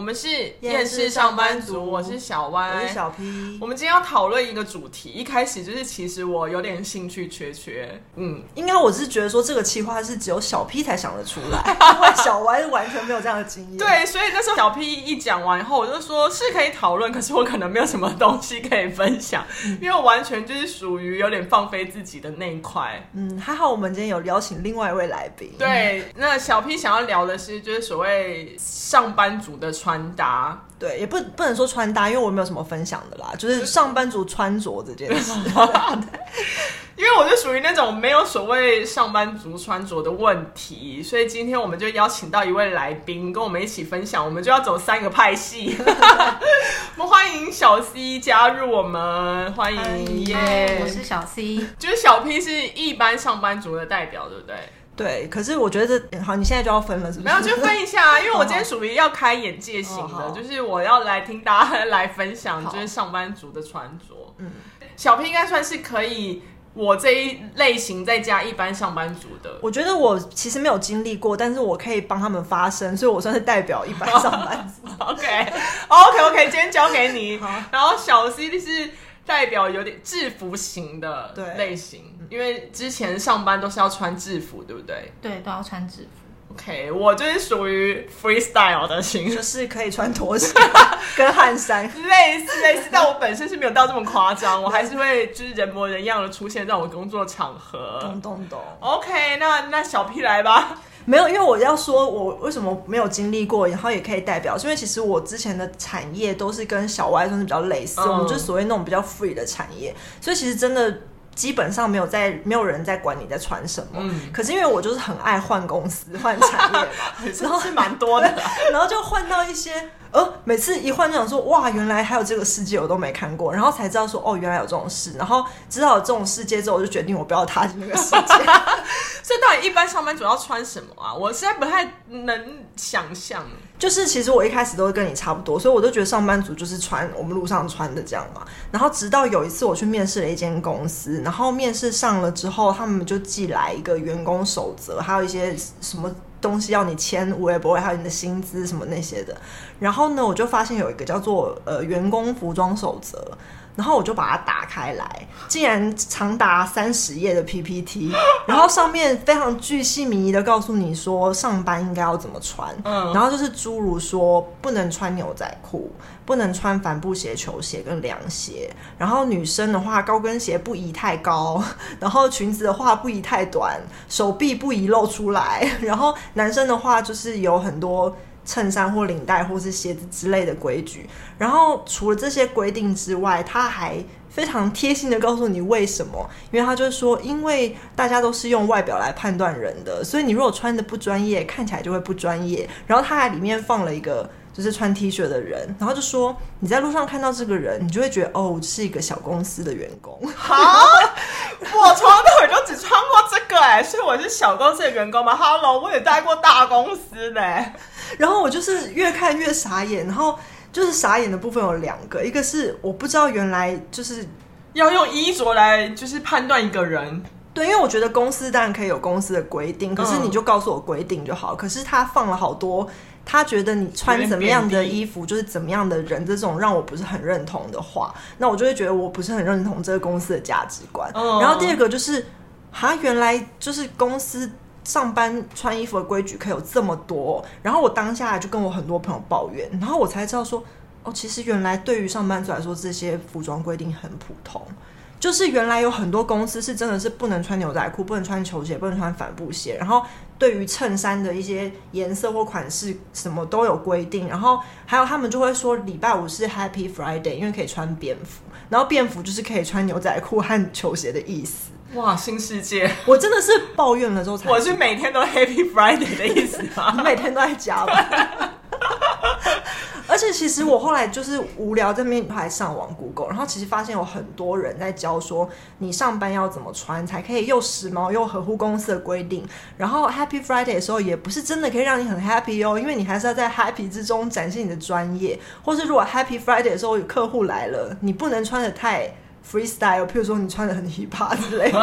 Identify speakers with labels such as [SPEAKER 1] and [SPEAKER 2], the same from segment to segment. [SPEAKER 1] 们是
[SPEAKER 2] 厌世上班族
[SPEAKER 1] 我是小歪，
[SPEAKER 2] 我是小 P，
[SPEAKER 1] 我们今天要讨论一个主题，一开始就是其实我有点兴趣缺缺，嗯，
[SPEAKER 2] 应该我是觉得说这个企划是只有小 P 才想得出 来，因为小 Y 完全没有这样的经验。，
[SPEAKER 1] 对，所以那时候小 P 一讲完以后，我就说是可以讨论，可是我可能没有什么东西可以分享，因为我完全就是属于有点放飞自己的那一块。
[SPEAKER 2] 嗯，还好我们今天有邀请另外一位来宾。，
[SPEAKER 1] 对，那小 P 想要聊的是，就是所谓上班族的穿搭，
[SPEAKER 2] 对，也不不能说穿搭，因为我没有什么分享的啦，就是上班族穿着这件事。
[SPEAKER 1] 因为我就属于那种没有所谓上班族穿着的问题，所以今天我们就邀请到一位来宾跟我们一起分享，我们就要走三个派系。我们欢迎小 C 加入我们，欢迎
[SPEAKER 3] 嗨
[SPEAKER 1] 耶！
[SPEAKER 3] 我是小 C，
[SPEAKER 1] 就是小 P 是一般上班族的代表，对不对？
[SPEAKER 2] 对，可是我觉得这好，你现在就要分了，是不
[SPEAKER 1] 没
[SPEAKER 2] 是？
[SPEAKER 1] 有，就分一下啊，因为我今天属于要开眼界型
[SPEAKER 2] 哦
[SPEAKER 1] 的，
[SPEAKER 2] 好
[SPEAKER 1] 就是我要来听大家来分享，
[SPEAKER 3] 好
[SPEAKER 1] 就是上班族的穿着。嗯，小 P 应该算是可以我这一类型再加一般上班族的。
[SPEAKER 2] 我觉得我其实没有经历过，但是我可以帮他们发声，所以我算是代表一般上 班族。
[SPEAKER 1] OK OK OK，今 天交给你。然后小 C 就是代表有点制服型的
[SPEAKER 2] 对
[SPEAKER 1] 类型，因为之前上班都是要穿制服，对不对
[SPEAKER 3] 对，都要穿制服。
[SPEAKER 1] ？OK，我就是属于 freestyle 的型
[SPEAKER 2] 就，是可以穿拖鞋啊跟汗衫，
[SPEAKER 1] 类似类似，但我本身是没有到这么夸张，我还是会就是人模人样的出现在我工作场合
[SPEAKER 2] 咚。咚咚。
[SPEAKER 1] OK，那那小 P 来吧。
[SPEAKER 2] 没有，因为我要说，我为什么没有经历过，然后也可以代表，是因为其实我之前的产业都是跟小 Y 算是比较类似，
[SPEAKER 1] 嗯
[SPEAKER 2] 我们就是所谓那种比较 free 的产业，所以其实真的基本上没有在没有人在管你在穿什么。
[SPEAKER 1] 嗯，
[SPEAKER 2] 可是因为我就是很爱换公司、换产 业嘛，
[SPEAKER 1] 然后是蛮多的啦，
[SPEAKER 2] 然后就换到一些，呃，每次一换就想说，哇，原来还有这个世界我都没看过，然后才知道说，哦，原来有这种事，然后知道有这种世界之后，我就决定我不要踏进那个世界。
[SPEAKER 1] 所以到底一般上班族要穿什么啊？我实在不太能想象。
[SPEAKER 2] 就是其实我一开始都跟你差不多，所以我都觉得上班族就是穿我们路上穿的这样嘛。然后直到有一次我去面试了一间公司，然后面试上了之后，他们就寄来一个员工守则，还有一些什么东西要你签，我也不会，还有你的薪资什么那些的。然后呢，我就发现有一个叫做呃员工服装守则。然后我就把它打开来，竟然长达三十页的 PPT，然后上面非常巨细靡遗的告诉你说上班应该要怎么穿，
[SPEAKER 1] 嗯
[SPEAKER 2] 然后就是诸如说不能穿牛仔裤，不能穿帆布鞋、球鞋跟凉鞋，然后女生的话高跟鞋不宜太高，然后裙子的话不宜太短，手臂不宜露出来， 然后男生的话就是有很多。衬衫或领带或是鞋子之类的规矩，然后除了这些规定之外，他还非常贴心的告诉你为什么，因为他就是说，因为大家都是用外表来判断人的，所以你如果穿的不专业，看起来就会不专业。然后他还里面放了一个就是穿 T 恤的人，然后就说你在路上看到这个人，你就会觉得哦，是一个小公司的员工。
[SPEAKER 1] 我从头到尾就只穿过这个哎、所以我是小公司的员工嘛。Hello，我也待过大公司的、欸，
[SPEAKER 2] 然后我就是越看越傻眼，然后就是傻眼的部分有两个，一个是我不知道原来就是
[SPEAKER 1] 要用衣着来就是判断一个人。
[SPEAKER 2] 对，因为我觉得公司当然可以有公司的规定，可是
[SPEAKER 1] 嗯
[SPEAKER 2] 你就告诉我规定就好。可是他放了好多，他觉得你穿怎么样
[SPEAKER 1] 有
[SPEAKER 2] 的
[SPEAKER 1] 点贬低
[SPEAKER 2] 衣服就是怎么样的人，这种让我不是很认同的话，那我就会觉得我不是很认同这个公司的价值观。
[SPEAKER 1] 嗯
[SPEAKER 2] 然后第二个就是，哈，原来就是公司上班穿衣服的规矩可以有这么多哦。然后我当下就跟我很多朋友抱怨，然后我才知道说，哦，其实原来对于上班族来说，这些服装规定很普通。就是原来有很多公司是真的是不能穿牛仔裤、不能穿球鞋、不能穿帆布鞋，然后对于衬衫的一些颜色或款式什么都有规定，然后还有他们就会说礼拜五是 Happy Friday，因为可以穿便服，然后便服就是可以穿牛仔裤和球鞋的意思。
[SPEAKER 1] 哇，新世界！
[SPEAKER 2] 我真的是抱怨了之后才，
[SPEAKER 1] 我是每天都 Happy Friday 的意思 啊
[SPEAKER 2] 你
[SPEAKER 1] 吗？
[SPEAKER 2] 每天都在加班。而且其实我后来就是无聊，这边还上网 Google，然后其实发现有很多人在教说你上班要怎么穿才可以又时髦又合乎公司的规定。然后 Happy Friday 的时候也不是真的可以让你很 happy 哦，因为你还是要在 happy 之中展现你的专业。或是如果 Happy Friday 的时候有客户来了，你不能穿的太 freestyle，譬如说你穿的很 hip hop 之类的。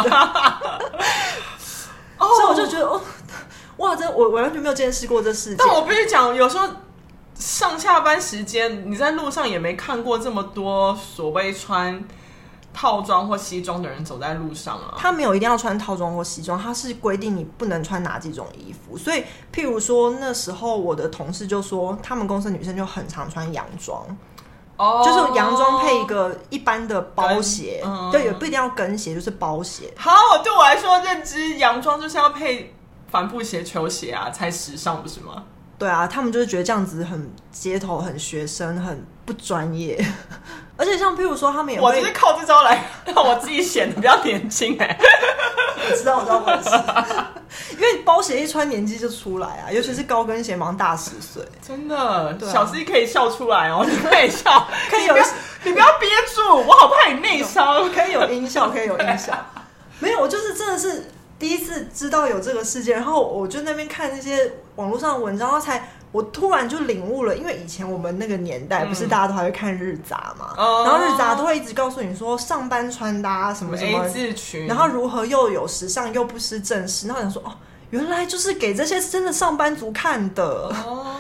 [SPEAKER 1] 哦
[SPEAKER 2] 所以我就觉得哦，哇，真的我我完全没有见识过这世界
[SPEAKER 1] 但。我必须讲，有时候上下班时间，你在路上也没看过这么多所谓穿套装或西装的人走在路上啊。
[SPEAKER 2] 他没有一定要穿套装或西装，他是规定你不能穿哪几种衣服。所以，譬如说那时候我的同事就说，他们公司女生就很常穿洋装，
[SPEAKER 1] 哦
[SPEAKER 2] 就是洋装配一，个一般的包鞋，
[SPEAKER 1] 跟嗯
[SPEAKER 2] 对，也不一定要跟鞋，就是包鞋。
[SPEAKER 1] 好，对我来说，认知洋装就是要配帆布鞋、球鞋啊，才时尚，不是吗？
[SPEAKER 2] 对啊，他们就是觉得这样子很街头、很学生、很不专业。 而且像譬如说，他们也
[SPEAKER 1] 我
[SPEAKER 2] 会
[SPEAKER 1] 只是靠这招来让我自己显得比较年轻哎、
[SPEAKER 2] 我知道，我知道，我也是。 因为包鞋一穿，年纪就出来啊，尤其是高跟鞋，忙大十岁。
[SPEAKER 1] 真的，
[SPEAKER 2] 对啊
[SPEAKER 1] 小 C 可以笑出来哦，你可以笑，
[SPEAKER 2] 可以
[SPEAKER 1] 你
[SPEAKER 2] 有
[SPEAKER 1] 不要，你不要憋住，我好怕你内伤。
[SPEAKER 2] 可以啊有音效，可以有音效。没有，我就是真的是第一次知道有这个事件，然后我就那边看那些网络上的文章，然后才我突然就领悟了，因为以前我们那个年代
[SPEAKER 1] 嗯
[SPEAKER 2] 不是大家都还会看日杂嘛，
[SPEAKER 1] 哦
[SPEAKER 2] 然后日杂都会一直告诉你说上班穿搭啊什
[SPEAKER 1] 什
[SPEAKER 2] 么
[SPEAKER 1] 么
[SPEAKER 2] 什么
[SPEAKER 1] A，字裙，
[SPEAKER 2] 然后如何又有时尚又不失正式，然后我想说哦，原来就是给这些真的上班族看的。
[SPEAKER 1] 哦，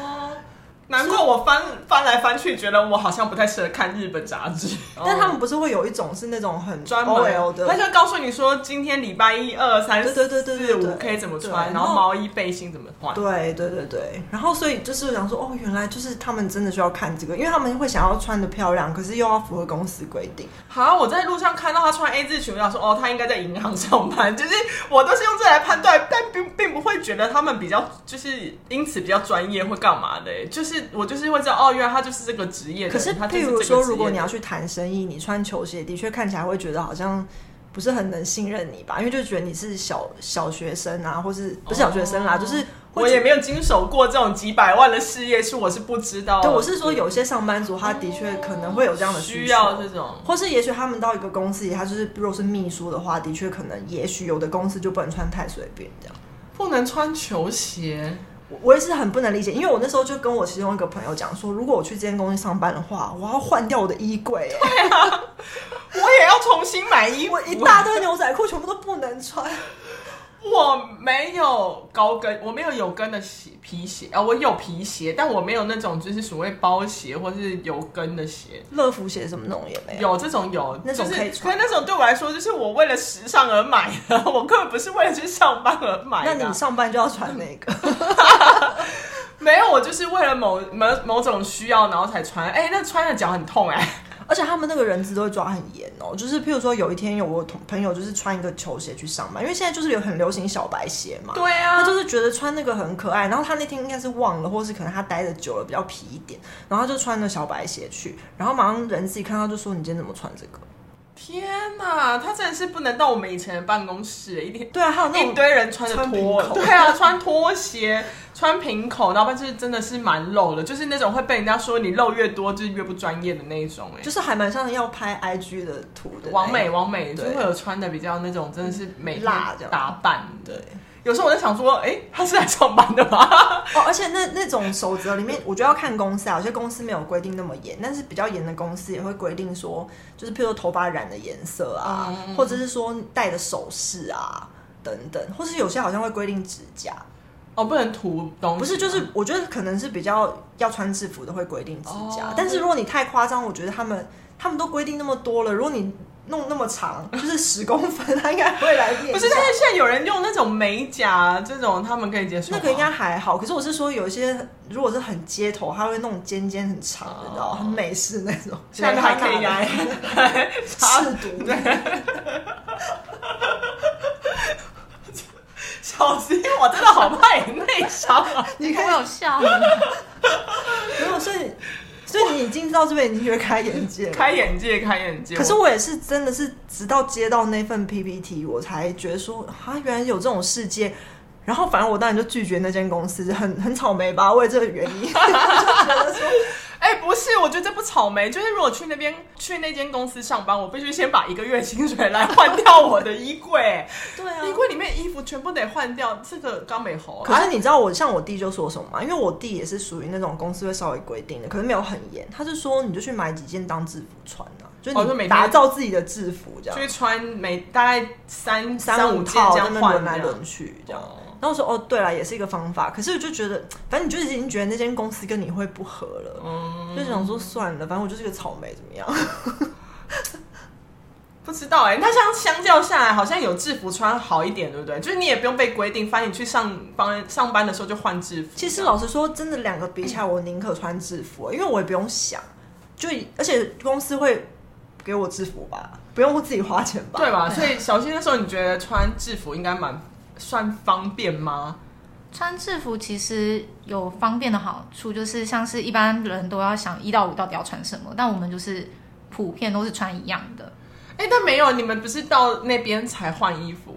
[SPEAKER 1] 难怪我翻翻来翻去，觉得我好像不太适合看日本杂志。
[SPEAKER 2] 但他们不是会有一种是那种很
[SPEAKER 1] 专门
[SPEAKER 2] OL 的，
[SPEAKER 1] 他就告诉你说今天礼拜一、二、三、
[SPEAKER 2] 对对对对
[SPEAKER 1] 四、
[SPEAKER 2] 对对
[SPEAKER 1] 五可以怎么穿，
[SPEAKER 2] 对
[SPEAKER 1] 然后毛衣、背心怎么换。
[SPEAKER 2] 对对对对，然后所以就是想说，哦，原来就是他们真的需要看这个，因为他们会想要穿的漂亮，可是又要符合公司规定。
[SPEAKER 1] 好，我在路上看到他穿 A 字裙，我想说哦，他应该在银行上班，就是我都是用这来判断， 但并并不会觉得他们比较就是因此比较专业或干嘛的，就是我就是会知道哦，原来他就是这个职业的人
[SPEAKER 2] 可是，
[SPEAKER 1] 哎他就
[SPEAKER 2] 譬
[SPEAKER 1] 是
[SPEAKER 2] 如
[SPEAKER 1] 这个
[SPEAKER 2] 说，
[SPEAKER 1] 职
[SPEAKER 2] 如
[SPEAKER 1] 业
[SPEAKER 2] 果
[SPEAKER 1] 的
[SPEAKER 2] 你要
[SPEAKER 1] 人
[SPEAKER 2] 去谈生意，你穿球鞋的确看起来会觉得好像不是很能信任你吧，因为就觉得你是小小学生啊，或是不是小学生啦，
[SPEAKER 1] 哦
[SPEAKER 2] 就是会
[SPEAKER 1] 我
[SPEAKER 2] 觉
[SPEAKER 1] 也没有经手过这种几百万的事业，是我是不知道的。
[SPEAKER 2] 对，我是说有些上班族他的确可能会有这样的需
[SPEAKER 1] 需
[SPEAKER 2] 求
[SPEAKER 1] 要这种
[SPEAKER 2] 或是也许他们到一个公司里，他就是如果是秘书的话，的确可能也许有的公司就不能穿太随便这样。
[SPEAKER 1] 不能穿球鞋，
[SPEAKER 2] 我我也是很不能理解，因为我那时候就跟我其中一个朋友讲说，如果我去这间公司上班的话，我要换掉我的衣柜、欸，
[SPEAKER 1] 我也要重新买衣服。
[SPEAKER 2] 我一大堆牛仔裤全部都不能穿。
[SPEAKER 1] 我没有高跟，我没有有跟的鞋皮鞋啊、我有皮鞋，但我没有那种就是所谓包鞋或是有跟的鞋。
[SPEAKER 2] 乐福鞋什么那种也没有，
[SPEAKER 1] 有这种有，
[SPEAKER 2] 那种
[SPEAKER 1] 就是
[SPEAKER 2] 可以穿
[SPEAKER 1] 是那种对我来说，就是我为了时尚而买的， 我根本不是为了去上班而买的
[SPEAKER 2] 那
[SPEAKER 1] 啊。
[SPEAKER 2] 你上班就要穿那个。
[SPEAKER 1] 没有，我就是为了某某某种需要，然后才穿。哎、那穿了脚很痛哎、
[SPEAKER 2] 而且他们那个人资都会抓很严哦，就是譬如说有一天有我同朋友就是穿一个球鞋去上班，因为现在就是有很流行小白鞋嘛，
[SPEAKER 1] 对啊
[SPEAKER 2] 他就是觉得穿那个很可爱，然后他那天应该是忘了，或是可能他待的久了比较皮一点，然后他就穿了小白鞋去，然后马上人自一看到就说你今天怎么穿这个？
[SPEAKER 1] 天哪，他真的是不能到我们以前的办公室，一天
[SPEAKER 2] 对啊，还有那
[SPEAKER 1] 一
[SPEAKER 2] 种
[SPEAKER 1] 堆人穿着
[SPEAKER 2] 穿
[SPEAKER 1] 拖，
[SPEAKER 2] 平口
[SPEAKER 1] 对啊，穿拖鞋，穿平口，然后就是真的是蛮露的，就是那种会被人家说你露越多就是越不专业的那一种、
[SPEAKER 2] 就是还蛮像要拍 IG 的图
[SPEAKER 1] 哎，
[SPEAKER 2] 的那一
[SPEAKER 1] 完美
[SPEAKER 2] 种
[SPEAKER 1] 完美，就
[SPEAKER 2] 对
[SPEAKER 1] 会有穿的比较那种真的是美
[SPEAKER 2] 辣这样
[SPEAKER 1] 打扮的
[SPEAKER 2] 对。
[SPEAKER 1] 有时候我在想说，哎、他是来上班的吗？
[SPEAKER 2] 哦，而且那那种守则里面，我觉得要看公司啊，有些公司没有规定那么严，但是比较严的公司也会规定说，就是譬如说头发染的颜色啊，
[SPEAKER 1] 嗯
[SPEAKER 2] 或者是说戴的首饰啊等等，或是有些好像会规定指甲，
[SPEAKER 1] 哦，不能涂东西，
[SPEAKER 2] 不是就是我觉得可能是比较要穿制服的会规定指甲，
[SPEAKER 1] 哦
[SPEAKER 2] 但是如果你太夸张，我觉得他们他们都规定那么多了，如果你弄那么长，就是十公分，他应该会来念一下。
[SPEAKER 1] 不是？但是现在有人用那种美甲这种，他们可以接受吗。
[SPEAKER 2] 那个应该还好，可是我是说有一些，如果是很街头，它会弄尖尖很长的，你知道，
[SPEAKER 1] 哦
[SPEAKER 2] 很美式那种，
[SPEAKER 1] 现在还可以啊
[SPEAKER 2] 拿
[SPEAKER 1] 来
[SPEAKER 2] 啊试毒。
[SPEAKER 1] 小心，我真的好怕你内伤啊！
[SPEAKER 2] 你
[SPEAKER 3] 我
[SPEAKER 2] 看，
[SPEAKER 3] 有笑，
[SPEAKER 2] 没有，所以所以你已经到这边，你就会开眼界了。
[SPEAKER 1] 开眼界，开眼界。
[SPEAKER 2] 可是我也是真的是，直到接到那份 PPT，我才觉得说啊，原来有这种世界。然后反正我当然就拒绝那间公司，很很草莓吧，为这个原 因。
[SPEAKER 1] 哎、不是，我觉得这不草莓，就是如果去那边去那间公司上班，我必须先把一个月薪水来换掉我的衣柜，
[SPEAKER 2] 对啊
[SPEAKER 1] 衣柜里面衣服全部得换掉。这个刚啊美猴，
[SPEAKER 2] 可是你知道我像我弟就说什么吗？因为我弟也是属于那种公司会稍微规定的，可是没有很严。他是说你就去买几件当制服穿啊，就是
[SPEAKER 1] 哦就每
[SPEAKER 2] 你
[SPEAKER 1] 天
[SPEAKER 2] 打造自己的制服这样
[SPEAKER 1] 就。是穿每大概三
[SPEAKER 2] 三
[SPEAKER 1] 五
[SPEAKER 2] 五
[SPEAKER 1] 件
[SPEAKER 2] 套
[SPEAKER 1] 这
[SPEAKER 2] 在
[SPEAKER 1] 样
[SPEAKER 2] 那边
[SPEAKER 1] 换
[SPEAKER 2] 轮来
[SPEAKER 1] 这样
[SPEAKER 2] 轮去这样。
[SPEAKER 1] 哦
[SPEAKER 2] 然后我说哦，对了，也是一个方法。可是我就觉得，反正你就已经觉得那间公司跟你会不合了，
[SPEAKER 1] 嗯，
[SPEAKER 2] 就想说算了，反正我就是个草莓，怎么 样？
[SPEAKER 1] 不知道哎、欸，那相相较下来，好像有制服穿好一点，对不对？就是你也不用被规定，反正你去上班上班的时候就换制服。
[SPEAKER 2] 其实老实说，真的两个比起来，我宁可穿制服，啊因为我也不用想，就而且公司会给我制服吧，不用自己花钱吧？
[SPEAKER 1] 对吧？所以小新那时候，你觉得穿制服应该蛮算方便吗？
[SPEAKER 3] 穿制服其实有方便的好处，就是像是一般人都要想一到五到底要穿什么，但我们就是普遍都是穿一样的。
[SPEAKER 1] 哎、但没有，你们不是到那边才换衣服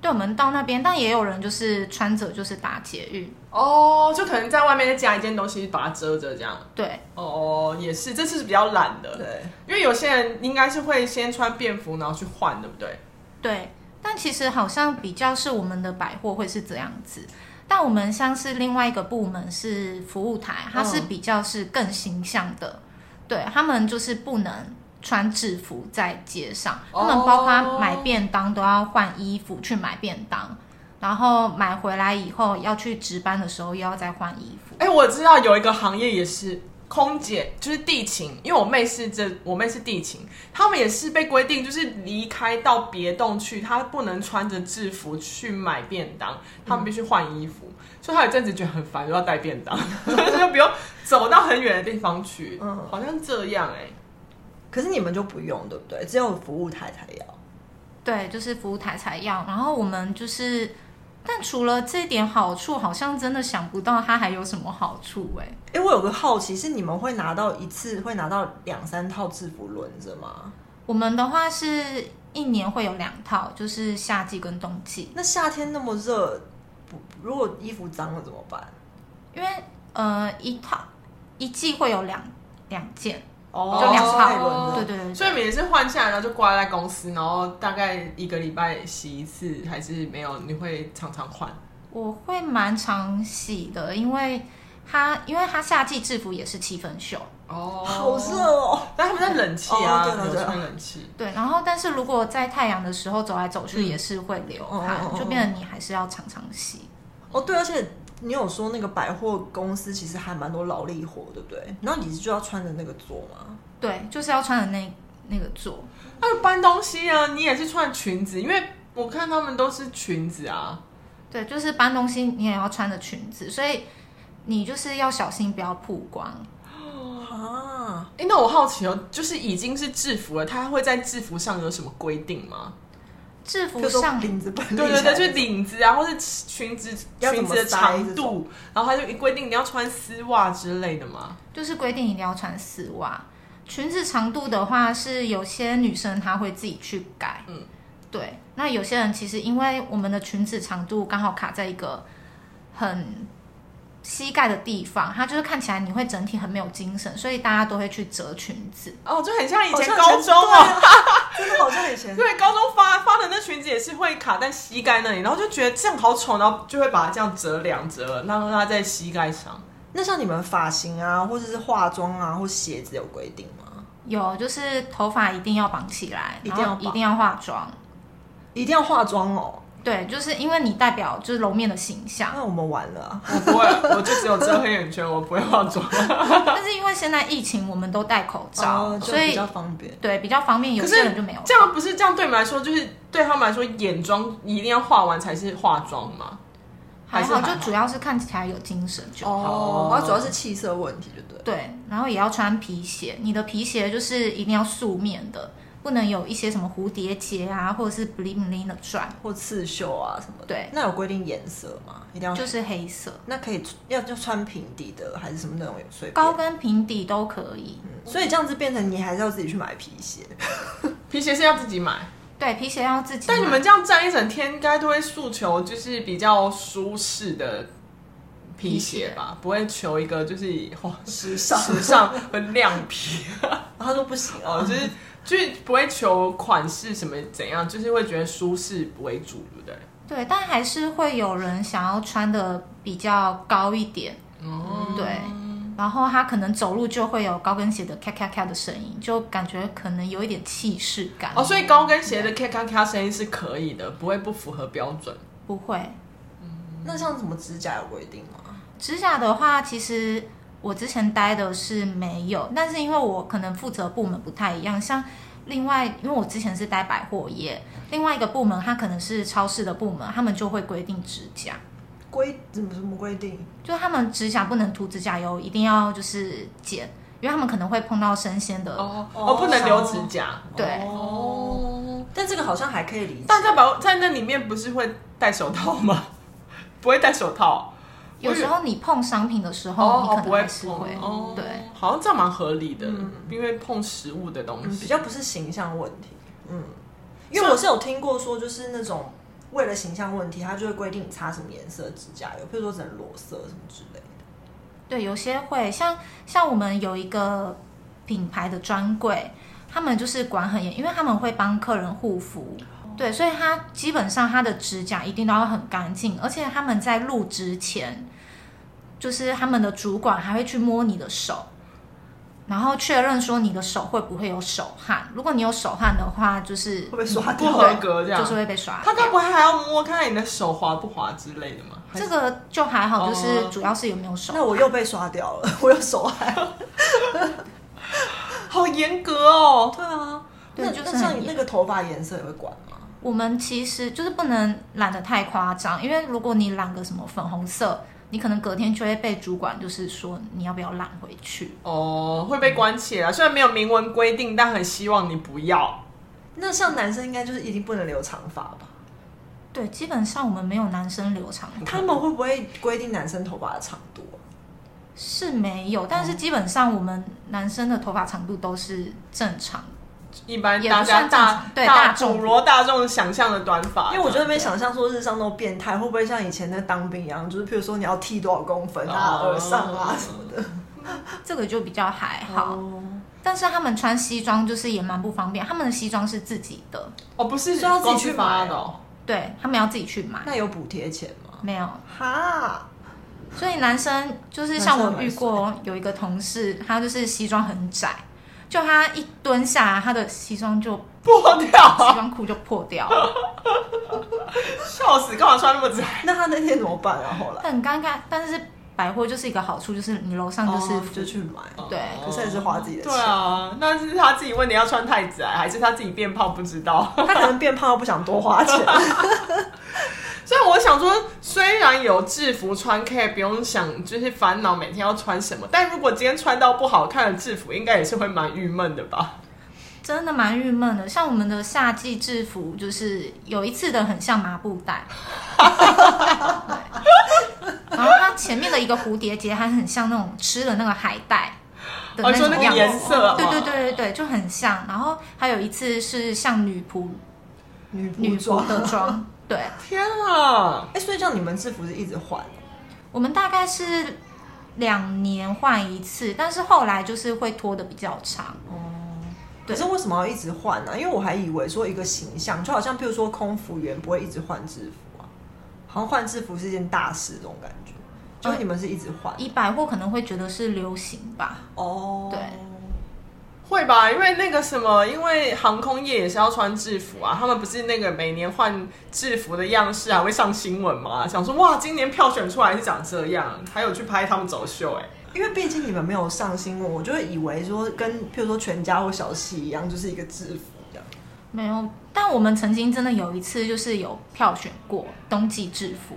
[SPEAKER 3] 对，我们到那边，但也有人就是穿着就是打捷运，
[SPEAKER 1] 哦，就可能在外面再加一件东西把它遮着这样。
[SPEAKER 3] 对，
[SPEAKER 1] 哦，也是，这次是比较懒的，
[SPEAKER 2] 对，
[SPEAKER 1] 因为有些人应该是会先穿便服，然后去换，对不对？
[SPEAKER 3] 对，但其实好像比较是我们的百货会是这样子，但我们像是另外一个部门是服务台，它是比较是更形象的，对他们就是不能穿制服在街上，他们包
[SPEAKER 1] 哦
[SPEAKER 3] 括买便当都要换衣服去买便当，然后买回来以后要去值班的时候又要再换衣服。
[SPEAKER 1] 哎、我知道有一个行业也是空姐，就是地勤，因为我妹是这，我妹是地勤，他们也是被规定，就是离开到别栋去，她不能穿着制服去买便当，
[SPEAKER 2] 嗯
[SPEAKER 1] 他们必须换衣服。所以她有一阵子觉得很烦，就要带便当， 就不用走到很远的地方去。
[SPEAKER 2] 嗯
[SPEAKER 1] 好像这样哎、
[SPEAKER 2] 可是你们就不用，对不对？只有服务台才要。
[SPEAKER 3] 对，就是服务台才要。然后我们就是，但除了这点好处，好像真的想不到它还有什么好处哎、
[SPEAKER 2] 哎、我有个好奇是，你们会拿到一次会拿到两三套制服轮着吗？
[SPEAKER 3] 我们的话是一年会有两套，就是夏季跟冬季，
[SPEAKER 2] 那夏天那么热，不如果衣服脏了怎么办？
[SPEAKER 3] 因为呃一套一季会有两两件，
[SPEAKER 2] 哦
[SPEAKER 3] 就两套。
[SPEAKER 2] 太轮了
[SPEAKER 3] 对对对
[SPEAKER 1] 所以我们也是换下来，然后就挂在公司，然后大概一个礼拜洗一次，还是没有？你会常常换？
[SPEAKER 3] 我会蛮常洗的，因为它因为它夏季制服也是七分袖。
[SPEAKER 1] 哦
[SPEAKER 2] 好热哦！
[SPEAKER 1] 但他们在冷气啊，
[SPEAKER 2] 哦对了
[SPEAKER 1] 有
[SPEAKER 2] 对了
[SPEAKER 1] 吹冷气。
[SPEAKER 3] 对，然后但是如果在太阳的时候走来走去也是会流汗，
[SPEAKER 2] 嗯哦哦哦哦
[SPEAKER 3] 就变成你还是要常常洗。
[SPEAKER 2] 哦，对，而且你有说那个百货公司其实还蛮多劳力活，对不对？然后你就要穿着那个做吗？
[SPEAKER 3] 对，就是要穿的那那个做。
[SPEAKER 1] 那搬东西啊，你也是穿裙子，因为我看他们都是裙子啊。
[SPEAKER 3] 对，就是搬东西你也要穿着裙子，所以你就是要小心不要曝光。
[SPEAKER 2] 啊，
[SPEAKER 1] 哎、那我好奇哦，就是已经是制服了，他会在制服上有什么规定吗？
[SPEAKER 3] 制
[SPEAKER 2] 比
[SPEAKER 3] 服
[SPEAKER 2] 如说
[SPEAKER 3] 上
[SPEAKER 2] 领子本
[SPEAKER 1] 对对对，就是领子啊，或是裙子
[SPEAKER 2] 要怎
[SPEAKER 1] 裙
[SPEAKER 2] 么
[SPEAKER 1] 子的
[SPEAKER 2] 塞
[SPEAKER 1] 长
[SPEAKER 2] 这
[SPEAKER 1] 度，然后他就规定你要穿丝袜之类的吗？
[SPEAKER 3] 就是规定一定要穿丝袜，裙子长度的话是有些女生她会自己去改，
[SPEAKER 1] 嗯，
[SPEAKER 3] 对。那有些人其实因为我们的裙子长度刚好卡在一个很膝盖的地方，它就是看起来你会整体很没有精神，所以大家都会去折裙子。
[SPEAKER 1] 哦，就很像以
[SPEAKER 2] 好
[SPEAKER 1] 前
[SPEAKER 2] 像
[SPEAKER 1] 高中哦，
[SPEAKER 2] 对啊，真的好像以前。
[SPEAKER 1] 对，高中发发的那裙子也是会卡在膝盖那里，然后就觉得这样好丑，然后就会把它这样折两折，让它在膝盖上。
[SPEAKER 2] 那像你们发型啊，或者是化妆啊，或鞋子有规定吗？
[SPEAKER 3] 有，就是头发一定要绑起来，
[SPEAKER 2] 一
[SPEAKER 3] 然
[SPEAKER 2] 定要
[SPEAKER 3] 后
[SPEAKER 2] 绑
[SPEAKER 3] 一定要化妆。
[SPEAKER 2] 一定要化妆哦。
[SPEAKER 3] 对，就是因为你代表就是楼面的形象，
[SPEAKER 2] 那我们完了、啊，
[SPEAKER 1] 我不会，我就只有遮黑眼圈，我不会化妆。
[SPEAKER 3] 但是因为现在疫情，我们都戴口罩，
[SPEAKER 2] 哦就
[SPEAKER 3] 所
[SPEAKER 2] 比
[SPEAKER 3] 以
[SPEAKER 2] 较方便。
[SPEAKER 3] 对比较方便，有
[SPEAKER 1] 可
[SPEAKER 3] 些
[SPEAKER 1] 是
[SPEAKER 3] 人就没有。
[SPEAKER 1] 这样不是这样对你们来说，就是对他们来说，眼妆一定要化完才是化妆吗？
[SPEAKER 3] 还
[SPEAKER 1] 还
[SPEAKER 3] 好，
[SPEAKER 1] 是还
[SPEAKER 3] 就
[SPEAKER 1] 好
[SPEAKER 3] 主要是看起来有精神就好。
[SPEAKER 1] 哦
[SPEAKER 2] 它主要是气色问题，就对了。
[SPEAKER 3] 对，然后也要穿皮鞋，你的皮鞋就是一定要素面的，不能有一些什么蝴蝶结啊，或者是 bling bling 的钻，
[SPEAKER 2] 或刺绣啊什么的。
[SPEAKER 3] 对
[SPEAKER 2] 那有规定颜色吗？一
[SPEAKER 1] 哦
[SPEAKER 2] 定要
[SPEAKER 3] 就是黑色，
[SPEAKER 2] 那可以要要穿平底的还是什么那种有随便
[SPEAKER 3] 高跟平底都可以。
[SPEAKER 2] 所以这样子变成你还是要自己去买皮鞋，
[SPEAKER 1] 皮鞋是要自己买，
[SPEAKER 3] 对，皮鞋要自己买。
[SPEAKER 1] 但你们这样站一整天，应该都会诉求就是比较舒适的皮鞋吧，不会求一个就是哇
[SPEAKER 2] 时尚。
[SPEAKER 1] 时尚很亮皮
[SPEAKER 2] 然后他说不行
[SPEAKER 1] 哦，
[SPEAKER 2] 哦，
[SPEAKER 1] 就是就是不会求款式什么怎样，就是会觉得舒适为主，对不对？
[SPEAKER 3] 对，但还是会有人想要穿的比较高一点。
[SPEAKER 1] 哦
[SPEAKER 3] 对，然后他可能走路就会有高跟鞋的咔咔咔的声音，就感觉可能有一点气势感。
[SPEAKER 1] 哦，所以高跟鞋的咔咔咔声音是可以的，不会不符合标准。
[SPEAKER 3] 不会，
[SPEAKER 2] 那像什么指甲有规定吗？
[SPEAKER 3] 指甲的话，其实我之前待的是没有，但是因为我可能负责部门不太一样，像另外，因为我之前是待百货业，另外一个部门它可能是超市的部门，他们就会规定指甲，
[SPEAKER 2] 规怎么什么规定？
[SPEAKER 3] 就他们指甲不能涂指甲油，一定要就是剪，因为他们可能会碰到生鲜的，
[SPEAKER 1] 哦
[SPEAKER 2] 哦
[SPEAKER 1] 哦，不能留指甲。
[SPEAKER 3] 对
[SPEAKER 2] 哦，但这个好像还可以理解。
[SPEAKER 1] 但在保在那里面不是会戴手套吗？ 不会戴手套。
[SPEAKER 3] 有时候你碰商品的时候，
[SPEAKER 1] 哦
[SPEAKER 3] 你
[SPEAKER 1] 哦
[SPEAKER 3] 可
[SPEAKER 1] 不
[SPEAKER 3] 能
[SPEAKER 1] 会
[SPEAKER 3] 还是会，
[SPEAKER 1] 碰哦
[SPEAKER 3] 对。
[SPEAKER 1] 好像这样蛮合理的，因为碰食物的东
[SPEAKER 2] 嗯
[SPEAKER 1] 西。
[SPEAKER 2] 比较不是形象问题。嗯，因为我是有听过说，就是那种为了形象问题，他就会规定你擦什么颜色的指甲油，譬如说只能裸色什么之类的。
[SPEAKER 3] 对，有些会像像我们有一个品牌的专柜，他们就是管很严，因为他们会帮客人护肤。对，所以他基本上他的指甲一定都要很干净，而且他们在入职前，就是他们的主管还会去摸你的手，然后确认说你的手会不会有手汗。如果你有手汗的话，就是
[SPEAKER 2] 会被刷
[SPEAKER 1] 不
[SPEAKER 2] 掉
[SPEAKER 1] 合格这样
[SPEAKER 3] 就是会被刷掉。
[SPEAKER 1] 他该不会还要摸看看你的手滑不滑之类的吗？
[SPEAKER 3] 这个就还好，就是
[SPEAKER 1] 哦
[SPEAKER 3] 主要是有没有手汗。
[SPEAKER 2] 那我又被刷掉了，我又手汗。
[SPEAKER 1] 好严格哦。
[SPEAKER 2] 对啊，
[SPEAKER 3] 对
[SPEAKER 2] 那
[SPEAKER 3] 就是
[SPEAKER 2] 那
[SPEAKER 3] 很
[SPEAKER 2] 像
[SPEAKER 3] 严
[SPEAKER 2] 那个头发颜色也会管吗？
[SPEAKER 3] 我们其实就是不能染得太夸张，因为如果你染个什么粉红色，你可能隔天就会被主管就是说你要不要染回去。
[SPEAKER 1] 哦，会被关起来。虽然没有明文规定，但很希望你不要。
[SPEAKER 2] 那像男生应该就是一定不能留长发吧？
[SPEAKER 3] 对，基本上我们没有男生留长发
[SPEAKER 2] 他们会不会规定男生头发的长度啊、
[SPEAKER 3] 是没有，但是基本上我们男生的头发长度都是正常的。
[SPEAKER 1] 一般
[SPEAKER 3] 也
[SPEAKER 1] 大
[SPEAKER 3] 不
[SPEAKER 1] 家
[SPEAKER 3] 算正
[SPEAKER 1] 大
[SPEAKER 3] 常对大众
[SPEAKER 1] 普罗大众想象的短发，
[SPEAKER 2] 因为我就在那边想象说，日上那种变态会不会像以前那当兵一样，就是譬如说你要剃多少公分啊、
[SPEAKER 1] 哦
[SPEAKER 2] 耳上啊什么的。
[SPEAKER 3] 这个就比较还好，
[SPEAKER 2] 哦
[SPEAKER 3] 但是他们穿西装就是也蛮不方便，他们的西装是自己的，
[SPEAKER 1] 哦，不是
[SPEAKER 2] 所以要自己
[SPEAKER 1] 公司
[SPEAKER 2] 去买
[SPEAKER 1] 发的
[SPEAKER 2] 哦
[SPEAKER 1] 哦，
[SPEAKER 3] 对他们要自己去买，
[SPEAKER 2] 那有补贴钱吗？
[SPEAKER 3] 没有
[SPEAKER 2] 哈，
[SPEAKER 3] 所以男生就是像我遇过有一个同事，他就是西装很窄，就他一蹲下来，他的西装就西
[SPEAKER 1] 破掉，啊
[SPEAKER 3] 装裤就破掉了，
[SPEAKER 1] 笑死，干嘛穿那么窄？
[SPEAKER 2] 那他那天怎么办啊？后来
[SPEAKER 3] 很尴尬。但是百货就是一个好处，就是你楼上就是、
[SPEAKER 2] 哦就去买，
[SPEAKER 3] 对
[SPEAKER 1] 哦
[SPEAKER 2] 可是也是花自己的钱
[SPEAKER 1] 对啊，那是他自己问你要穿太窄，还是他自己变胖不知道？
[SPEAKER 2] 他可能变胖又不想多花钱。
[SPEAKER 1] 所以我想说，虽然有制服穿，可以不用想就是烦恼每天要穿什么，但如果今天穿到不好看的制服，应该也是会蛮郁闷的吧？
[SPEAKER 3] 真的蛮郁闷的。像我们的夏季制服，就是有一次的很像麻布 袋。对然后它前面的一个蝴蝶结还很像那种吃的那个海带的
[SPEAKER 1] 哦
[SPEAKER 3] 那
[SPEAKER 1] 你说那
[SPEAKER 3] 种
[SPEAKER 1] 个
[SPEAKER 3] 样子，
[SPEAKER 1] 颜色啊
[SPEAKER 3] 对对对对对，就很像。然后还有一次是像女仆
[SPEAKER 2] 女仆
[SPEAKER 3] 女仆
[SPEAKER 2] 装，
[SPEAKER 3] 的妆，对，
[SPEAKER 1] 天啊！
[SPEAKER 2] 哎、所以这样你们制服是一直换哦，
[SPEAKER 3] 我们大概是两年换一次，但是后来就是会拖的比较长。
[SPEAKER 2] 可
[SPEAKER 3] 对
[SPEAKER 2] 是为什么要一直换啊呢、因为我还以为说一个形象，就好像譬如说空服员不会一直换制服啊，好像换制服是一件大事这种感觉。就你们是一直换、
[SPEAKER 3] 以百货可能会觉得是流行吧，
[SPEAKER 2] 哦，
[SPEAKER 3] 嗯对
[SPEAKER 1] 会吧，因为那个什么，因为航空业也是要穿制服啊，他们不是那个每年换制服的样式还会上新闻嘛？想说哇，今年票选出来是长这样，还有去拍他们走秀、欸，哎，
[SPEAKER 2] 因为毕竟你们没有上新闻，我就会以为说跟譬如说全家或小西一样，就是一个制服这样。
[SPEAKER 3] 没有。但我们曾经真的有一次就是有票选过冬季制服，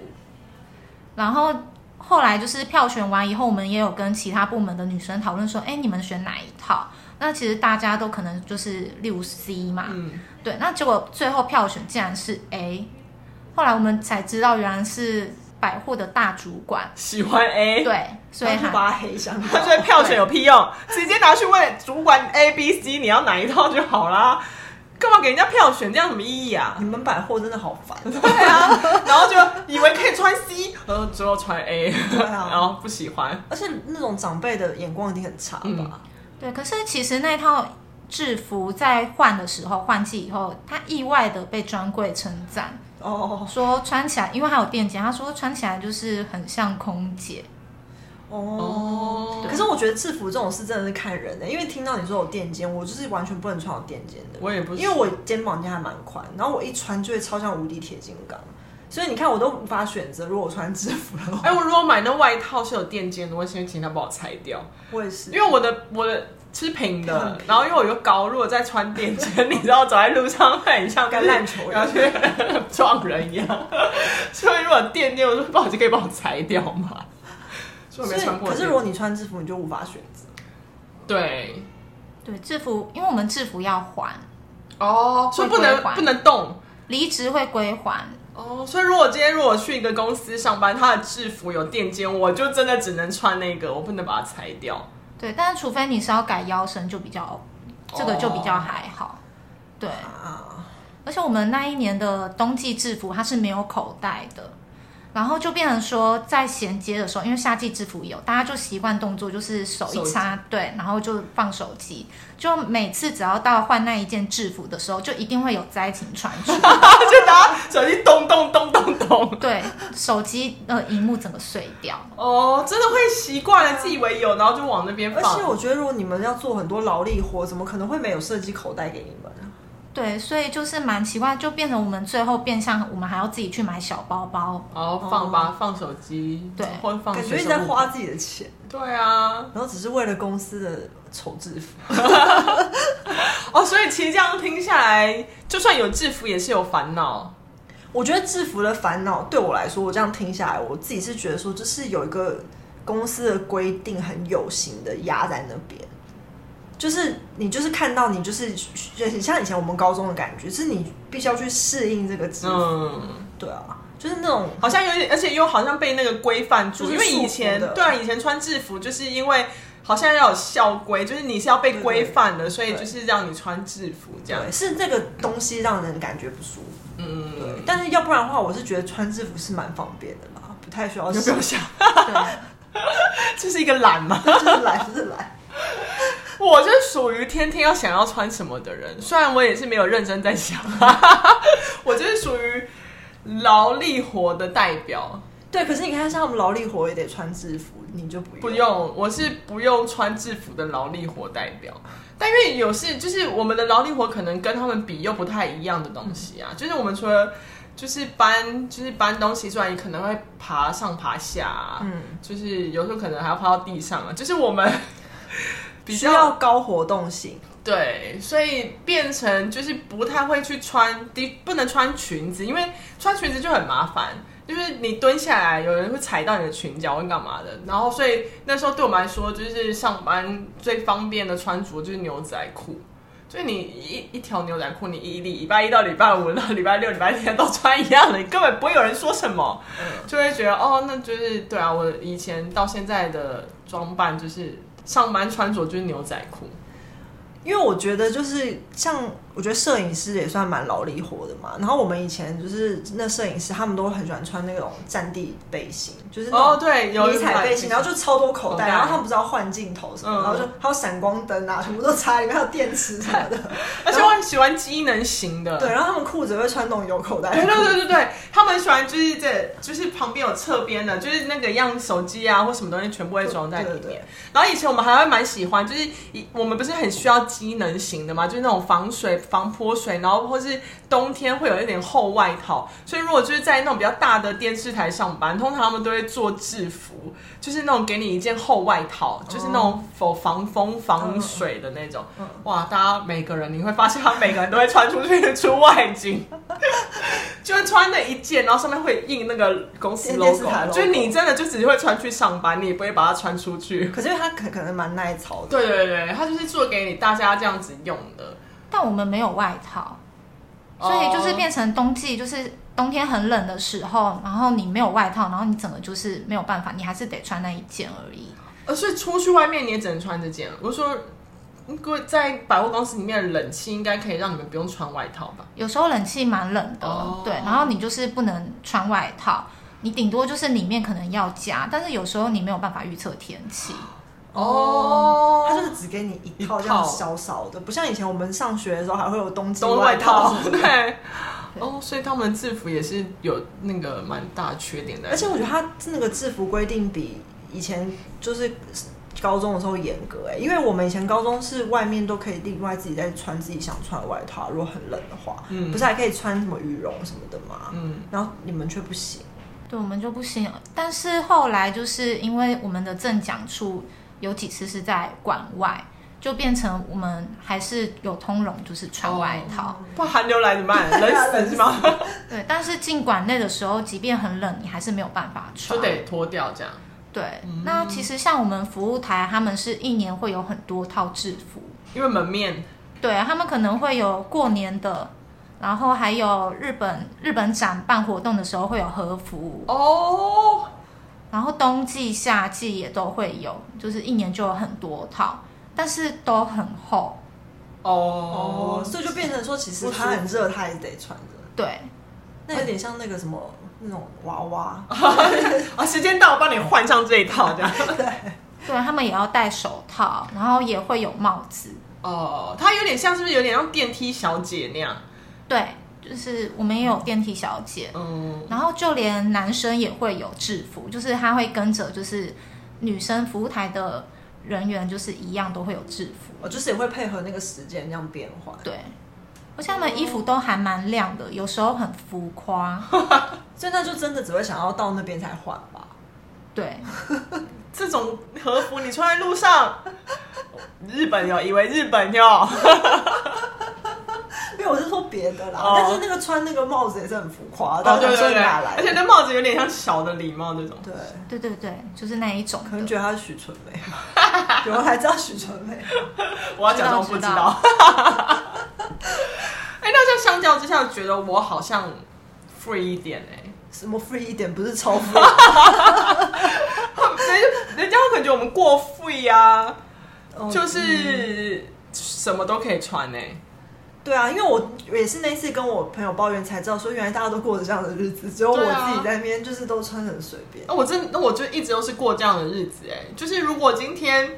[SPEAKER 3] 然后后来就是票选完以后，我们也有跟其他部门的女生讨论说，哎，你们选哪一套？那其实大家都可能就是六 C 嘛，
[SPEAKER 1] 嗯，
[SPEAKER 3] 对，那结果最后票选竟然是 A，后来我们才知道原来是百货的大主管，
[SPEAKER 1] 喜欢 A，，
[SPEAKER 3] 对，所以
[SPEAKER 2] 他就
[SPEAKER 3] 他
[SPEAKER 2] 把它黑 箱
[SPEAKER 1] 他觉得票选有屁用，直接拿去问主管 A、B、C 你要哪一套就好啦，干嘛给人家票选，这样什么意义啊？
[SPEAKER 2] 你们百货真的好 烦、
[SPEAKER 1] 对啊，然后就以为可以穿 C，然后最后穿 A，
[SPEAKER 2] 对啊
[SPEAKER 1] 然后不喜欢，
[SPEAKER 2] 而且那种长辈的眼光一定很差
[SPEAKER 1] 嗯
[SPEAKER 2] 吧？
[SPEAKER 3] 对，可是其实那套制服在换的时候，换季以后，他意外的被专柜称赞，
[SPEAKER 2] 哦
[SPEAKER 3] 说穿起来，因为还有店姐，他说穿起来就是很像空姐，
[SPEAKER 2] 哦。
[SPEAKER 1] 哦，
[SPEAKER 2] 可是我觉得制服这种事真的是看人的、欸因为听到你说有垫肩，我就是完全不能穿有垫肩的。
[SPEAKER 1] 我也不是
[SPEAKER 2] 因为我肩膀肩还蛮宽，然后我一穿就会超像无敌铁金刚，所以你看我都无法选择。如果我穿制服的话，
[SPEAKER 1] 哎、我如果买那外套是有垫肩的，我会先请他帮我拆掉，
[SPEAKER 2] 我也是，
[SPEAKER 1] 哎因为我的我的是平
[SPEAKER 2] 很
[SPEAKER 1] 的
[SPEAKER 2] 平，
[SPEAKER 1] 然后因为我又高，如果再穿垫肩， 你知道走在路上会很像
[SPEAKER 2] 橄榄球人
[SPEAKER 1] 要去撞人一样， 所以如果垫肩，我说不好意思，可以帮我裁掉吗？所以我
[SPEAKER 2] 所
[SPEAKER 1] 没
[SPEAKER 2] 以
[SPEAKER 1] 穿过
[SPEAKER 2] 可
[SPEAKER 1] 垫。
[SPEAKER 2] 是如果你穿制服，你就无法选择。
[SPEAKER 1] 对
[SPEAKER 3] 对，制服，因为我们制服要还，
[SPEAKER 1] 哦，所以不能
[SPEAKER 3] 会归还
[SPEAKER 1] 不能动。
[SPEAKER 3] 离职会归还。
[SPEAKER 1] 哦，所以如果今天如果去一个公司上班，他的制服有垫肩，我就真的只能穿那个，我不能把它裁掉。
[SPEAKER 3] 对，但是除非你是要改腰身，就比较这个就比较还好。对，
[SPEAKER 2] 啊，
[SPEAKER 3] 而且我们那一年的冬季制服它是没有口袋的，然后就变成说在衔接的时候，因为夏季制服有，大家就习惯动作就是手一插，对，然后就放手机，就每次只要到换那一件制服的时候，就一定会有灾情传出，
[SPEAKER 1] 就拿手机咚咚咚咚咚。
[SPEAKER 3] 对，手机呃荧幕整个碎掉。
[SPEAKER 1] 哦，真的会习惯了，自以为有，然后就往那边
[SPEAKER 2] 而
[SPEAKER 1] 放。
[SPEAKER 2] 且我觉得如果你们要做很多劳力活，怎么可能会没有设计口袋给你们？
[SPEAKER 3] 对，所以就是蛮奇怪，就变成我们最后变相，我们还要自己去买小包包。
[SPEAKER 1] 哦，放吧，放手机，
[SPEAKER 3] 对
[SPEAKER 1] 或者放
[SPEAKER 2] 感觉
[SPEAKER 1] 随
[SPEAKER 2] 你
[SPEAKER 1] 手
[SPEAKER 2] 在
[SPEAKER 1] 物
[SPEAKER 2] 花自己的钱，
[SPEAKER 1] 对啊，
[SPEAKER 2] 然后只是为了公司的丑制服。
[SPEAKER 1] 哦，所以其实这样听下来，就算有制服也是有烦恼。
[SPEAKER 2] 我觉得制服的烦恼对我来说，我这样听下来，我自己是觉得说，就是有一个公司的规定很有形的压在那边。就是你就是看到你就是很像以前我们高中的感觉，就是你必须要去适应这个制服，
[SPEAKER 1] 嗯，
[SPEAKER 2] 对啊，就是那种
[SPEAKER 1] 好像有点，而且又好像被那个规范住，
[SPEAKER 2] 就是
[SPEAKER 1] 因为以
[SPEAKER 2] 束缚
[SPEAKER 1] 前
[SPEAKER 2] 的
[SPEAKER 1] 对啊，以前穿制服就是因为好像要有校规，就是你是要被规范的，所以就是让你穿制服这样
[SPEAKER 2] 对，。啊是这个东西让人感觉不舒服。
[SPEAKER 1] 嗯，
[SPEAKER 2] 对，但是要不然的话，我是觉得穿制服是蛮方便的啦，不太需要
[SPEAKER 1] 要不
[SPEAKER 2] 适
[SPEAKER 1] 要想？
[SPEAKER 3] 对。
[SPEAKER 1] 这是一个懒嘛。
[SPEAKER 2] 就是来就是来。
[SPEAKER 1] 我就是属于天天要想要穿什么的人，虽然我也是没有认真在 想，我就是属于劳力活的代表。
[SPEAKER 2] 对，可是你看，像我们劳力活也得穿制服，你就不
[SPEAKER 1] 不用，我是不用穿制服的劳力活代表。但因为有是就是我们的劳力活可能跟他们比又不太一样的东西啊，就是我们除了就是搬就是搬东西之外，你可能会爬上爬下、啊，嗯，就是有时候可能还要爬到地上啊，就是我们 比
[SPEAKER 2] 需
[SPEAKER 1] 较
[SPEAKER 2] 要高活动性。
[SPEAKER 1] 对，所以变成就是不太会去穿，第不能穿裙子，因为穿裙子就很麻烦，就是你蹲下来，有人会踩到你的裙角，会干嘛的。然后，所以那时候对我们来说，就是上班最方便的穿着就是牛仔裤。所以你一一条牛仔裤，你一礼拜一到礼拜五到礼拜六、礼拜天都穿一样的，你根本不会有人说什么，就会觉得哦，那就是对啊，我以前到现在的装扮就是上班穿着就是牛仔裤，
[SPEAKER 2] 因为我觉得就是像，我觉得摄影师也算蛮劳力活的嘛。然后我们以前就是那摄影师，他们都很喜欢穿那种战地背心，就是那种
[SPEAKER 1] 哦，对，有
[SPEAKER 2] 迷彩背心，然后就超多口
[SPEAKER 1] 口
[SPEAKER 2] 袋，
[SPEAKER 1] 袋
[SPEAKER 2] 然后他们不是要换镜头什么，
[SPEAKER 1] 嗯
[SPEAKER 2] 然后就还有闪光灯啊，全部都插里面，还有电池什么的。
[SPEAKER 1] 而且我很喜欢机能型的，
[SPEAKER 2] 对，然后他们裤子会穿那种有口袋
[SPEAKER 1] 对对
[SPEAKER 2] 裤，
[SPEAKER 1] 对对对，他们喜欢就是这就是旁边有侧边的，就是那个样手机啊或什么东西全部会装在里面。
[SPEAKER 2] 对对对
[SPEAKER 1] 然后以前我们还会蛮喜欢，就是以我们不是很需要机能型的嘛，就是那种防水、防泼水，然后或是冬天会有一点厚外套。所以如果就是在那种比较大的电视台上班，通常他们都会做制服，就是那种给你一件厚外套，就是那种否防风、防水的那种。哇，大家每个人你会发现，他每个人都会穿出去出外景， 就是穿那一件，然后上面会印那个公司
[SPEAKER 2] 电电视
[SPEAKER 1] logo，
[SPEAKER 2] 台 logo
[SPEAKER 1] 就是你真的就只会穿去上班，你也不会把它穿出去。
[SPEAKER 2] 可是因为他可可能蛮耐操的。
[SPEAKER 1] 对对对，它就是做给你大家这样子用的，
[SPEAKER 3] 但我们没有外套，所以就是变成冬季，就是冬天很冷的时候，然后你没有外套，然后你整个就是没有办法，你还是得穿那一件而已。
[SPEAKER 1] 呃，所以出去外面你也只能穿这件。我说，如果在百货公司里面的冷气应该可以让你们不用穿外套吧？
[SPEAKER 3] 有时候冷气蛮冷的，
[SPEAKER 1] 哦
[SPEAKER 3] 对，然后你就是不能穿外套，你顶多就是里面可能要加，但是有时候你没有办法预测天气。
[SPEAKER 1] 哦
[SPEAKER 2] 他就是只给你一套这样小小的，不像以前我们上学的时候还会有冬季
[SPEAKER 1] 冬
[SPEAKER 2] 外
[SPEAKER 1] 外套
[SPEAKER 2] 套，
[SPEAKER 1] 对。哦，所以他们制服也是有那个蛮大的缺点的，
[SPEAKER 2] 而且我觉得他那个制服规定比以前就是高中的时候严格哎、因为我们以前高中是外面都可以另外自己再穿自己想穿的外套，如果很冷的话，
[SPEAKER 1] 嗯
[SPEAKER 2] 不是还可以穿什么羽绒什么的吗？
[SPEAKER 1] 嗯，
[SPEAKER 2] 然后你们却不行，
[SPEAKER 3] 对我们就不行。但是后来就是因为我们的正讲处有几次是在馆外，就变成我们还是有通融，就是穿外
[SPEAKER 1] 哦
[SPEAKER 3] 套。
[SPEAKER 1] 不然寒流来怎 么办？啊冷死是吗？
[SPEAKER 3] 对，但是进馆内的时候，即便很冷，你还是没有办法 穿。
[SPEAKER 1] 就得嗯脱掉这样。
[SPEAKER 3] 对，那其实像我们服务台，他们是一年会有很多套制服，
[SPEAKER 1] 因为门面
[SPEAKER 3] 对他们可能会有过年的，然后还有日本日本展办活动的时候会有和服，
[SPEAKER 1] 哦，
[SPEAKER 3] 然后冬季、夏季也都会有，就是一年就有很多套，但是都很厚。
[SPEAKER 1] 哦，
[SPEAKER 2] 所以就变成说，其实
[SPEAKER 1] 不舒服
[SPEAKER 2] 它很热，它还是得穿着，
[SPEAKER 3] 对，
[SPEAKER 2] 那有点像那个什么那种娃娃，
[SPEAKER 1] 啊，时间到，我帮你换上这一套这样。
[SPEAKER 3] 对他们也要戴手套，然后也会有帽子。
[SPEAKER 1] 哦，它有点像，是不是有点像电梯小姐那样？
[SPEAKER 3] 对，就是我们也有电梯小姐，
[SPEAKER 1] 嗯，
[SPEAKER 3] 然后就连男生也会有制服，就是他会跟着就是女生服务台的人员，就是一样都会有制服。
[SPEAKER 2] 哦就是也会配合那个时间这样变换，
[SPEAKER 3] 对，而且他们衣服都还蛮亮的，有时候很浮夸。
[SPEAKER 2] 所以那就真的只会想要到那边才换吧。
[SPEAKER 3] 对，
[SPEAKER 1] 这种和服你穿在路上，日本哟，以为日本哟，
[SPEAKER 2] 没有，我是说别的啦。
[SPEAKER 1] 哦
[SPEAKER 2] 但是那个穿那个帽子也是很浮夸，
[SPEAKER 1] 哦
[SPEAKER 2] 到
[SPEAKER 1] 对
[SPEAKER 2] 底
[SPEAKER 1] 对
[SPEAKER 2] 是
[SPEAKER 1] 对，
[SPEAKER 2] 哪来
[SPEAKER 1] 而
[SPEAKER 2] 的？
[SPEAKER 1] 且那帽子有点像小的礼帽那种。
[SPEAKER 2] 对，
[SPEAKER 3] 对对对，就是那一种
[SPEAKER 2] 可能
[SPEAKER 3] 的。
[SPEAKER 2] 觉得她是许纯美， 有人还知道许纯美。
[SPEAKER 1] 我要假装不知道。 哎、那像相较之下，觉得我好像 free 一点哎、
[SPEAKER 2] 什么 free 一点不是超 free，
[SPEAKER 1] 人 人家可能觉得我们过 free 啊，
[SPEAKER 2] 嗯
[SPEAKER 1] 就是什么都可以穿哎、
[SPEAKER 2] 对啊，因为我也是那次跟我朋友抱怨才知道，说原来大家都过着这样的日子，只有我
[SPEAKER 1] 对啊
[SPEAKER 2] 自己在那边就是都穿得很随便。
[SPEAKER 1] 那我真那我就一直都是过这样的日子哎、就是如果今天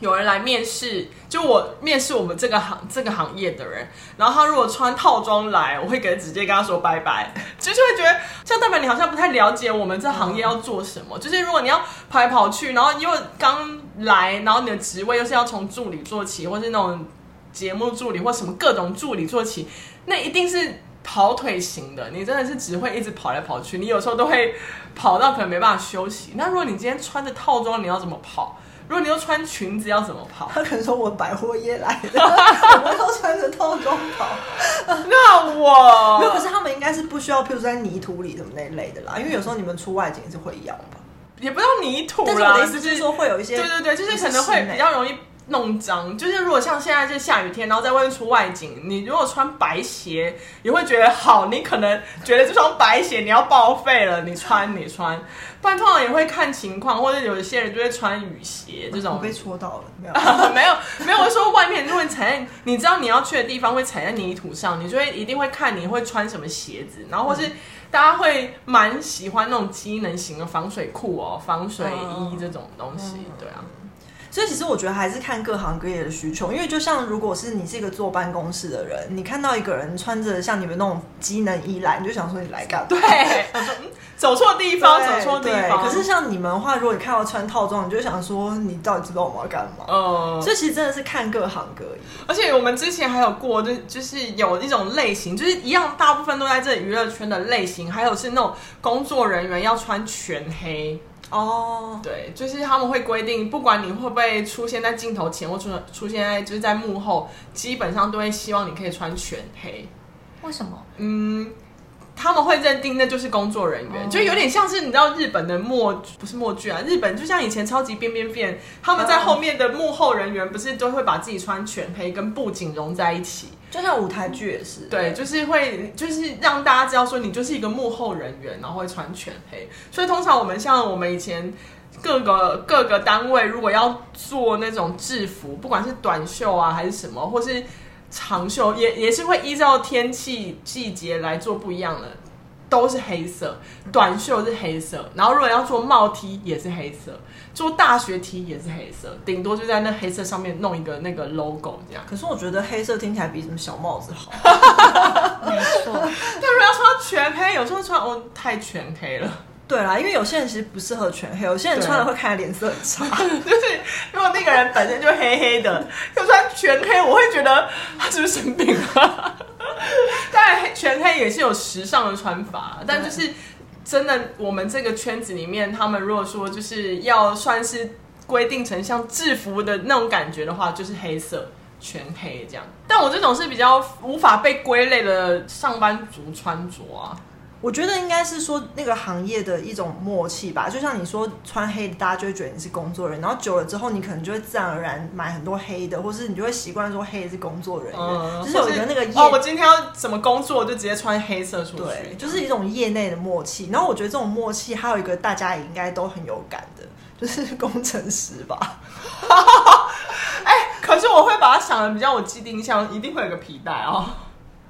[SPEAKER 1] 有人来面试，就我面试我们这个行这个行业的人，然后他如果穿套装来，我会给直接跟他说拜拜，就是会觉得像代表你好像不太了解我们这行业要做什么，就是如果你要跑来跑去，然后又刚来，然后你的职位又是要从助理做起，或是那种节目助理或什么各种助理做起，那一定是跑腿型的，你真的是只会一直跑来跑去，你有时候都会跑到可能没办法休息。那如果你今天穿着套装，你要怎么跑？如果你又穿裙子，要怎么 跑？
[SPEAKER 2] 他可能说我百货业来 的，我们都穿着套装跑。
[SPEAKER 1] 那
[SPEAKER 2] 没有，可
[SPEAKER 1] 我
[SPEAKER 2] 是他们应该是不需要，譬如说在泥土里什么那一类的啦，因为有时候你们出外景是会要吧。
[SPEAKER 1] 也不叫泥土
[SPEAKER 2] 但是我
[SPEAKER 1] 啦，
[SPEAKER 2] 的意思
[SPEAKER 1] 就是
[SPEAKER 2] 说，会有一些
[SPEAKER 1] 对对对，就是可能会比较容易弄脏。就是如果像现在是下雨天，然后在外面出外景，你如果穿白鞋，也会觉得好，你可能觉得这双白鞋你要报废了，你穿你穿，不然通常也会看情况，或者有一些人就会穿雨鞋这
[SPEAKER 2] 我
[SPEAKER 1] 种。
[SPEAKER 2] 被戳到了，没有？
[SPEAKER 1] 没有没有，我说外面如果你踩在，你知道你要去的地方会踩在泥土上，你就会一定会看你会穿什么鞋子，然后或
[SPEAKER 2] 嗯
[SPEAKER 1] 是大家会蛮喜欢那种机能型的防水裤哦，防水
[SPEAKER 2] 嗯
[SPEAKER 1] 衣这种东西，对啊，
[SPEAKER 2] 所以其实我觉得还是看各行各业的需求，因为就像如果是你是一个坐办公室的人，你看到一个人穿着像你们那种机能衣来，你就想说你来干嘛？对，
[SPEAKER 1] 对，我说嗯走错地方，走错地
[SPEAKER 2] 对
[SPEAKER 1] 方。
[SPEAKER 2] 可是像你们的话，如果你看到穿套装，你就想说你到底知不知道我们要干嘛？
[SPEAKER 1] 呃，
[SPEAKER 2] 所以其实真的是看各行各业。
[SPEAKER 1] 而且我们之前还有过，就就是有一种类型，就是一样，大部分都在这娱乐圈的类型，还有是那种工作人员要穿全黑，
[SPEAKER 2] 哦，
[SPEAKER 1] 对，就是他们会规定，不管你会不会出现在镜头前或出出现在就是在幕后，基本上都会希望你可以穿全黑。
[SPEAKER 3] 为什么？
[SPEAKER 1] 嗯，他们会认定那就是工作人员，就有点像是你知道日本的默不是默剧啊，日本就像以前超级变变变，他们在后面的幕后人员不是都会把自己穿全黑跟布景融在一起。
[SPEAKER 2] 就像舞台剧也是，
[SPEAKER 1] 对，就是会，就是让大家知道说你就是一个幕后人员，然后会穿全黑。所以通常我们像我们以前各个各个单位，如果要做那种制服，不管是短袖啊还是什么，或是长袖，也也是会依照天气季节来做不一样的。都是黑色，短袖是黑色，然后如果要做帽 T 也是黑色，做大学 T 也是黑色，顶多就在那黑色上面弄一个那个 logo 这样。
[SPEAKER 2] 可是我觉得黑色听起来比什么小帽子好。
[SPEAKER 3] 没错，
[SPEAKER 1] 但如果要穿到全黑，有时候穿哦太全黑了。
[SPEAKER 2] 对啦，因为有些人其实不适合全黑，有些人
[SPEAKER 1] 对
[SPEAKER 2] 穿了会看起来脸色很差。
[SPEAKER 1] 就是如果那个人本身就黑黑的，就算全黑，我会觉得他是不是生病了？ 当然，黑全黑也是有时尚的穿法，但就是真的，我们这个圈子里面，他们如果说就是要算是规定成像制服的那种感觉的话，就是黑色。全黑这样，但我这种是比较无法被归类的上班族穿着啊，
[SPEAKER 2] 我觉得应该是说那个行业的一种默契吧，就像你说穿黑的，大家就会觉得你是工作人，然后久了之后，你可能就会自然而然买很多黑的，或是你就会习惯说黑是工作人员，
[SPEAKER 1] 嗯，
[SPEAKER 2] 就是有
[SPEAKER 1] 或
[SPEAKER 2] 一个那个业、
[SPEAKER 1] 哦，我今天要怎么工作，我就直接穿黑色出去，
[SPEAKER 2] 对，就是一种业内的默契。然后我觉得这种默契还有一个大家也应该都很有感的，就是工程师吧。
[SPEAKER 1] 可是我会把它想的比较有既定印象，一定会有个皮带哦。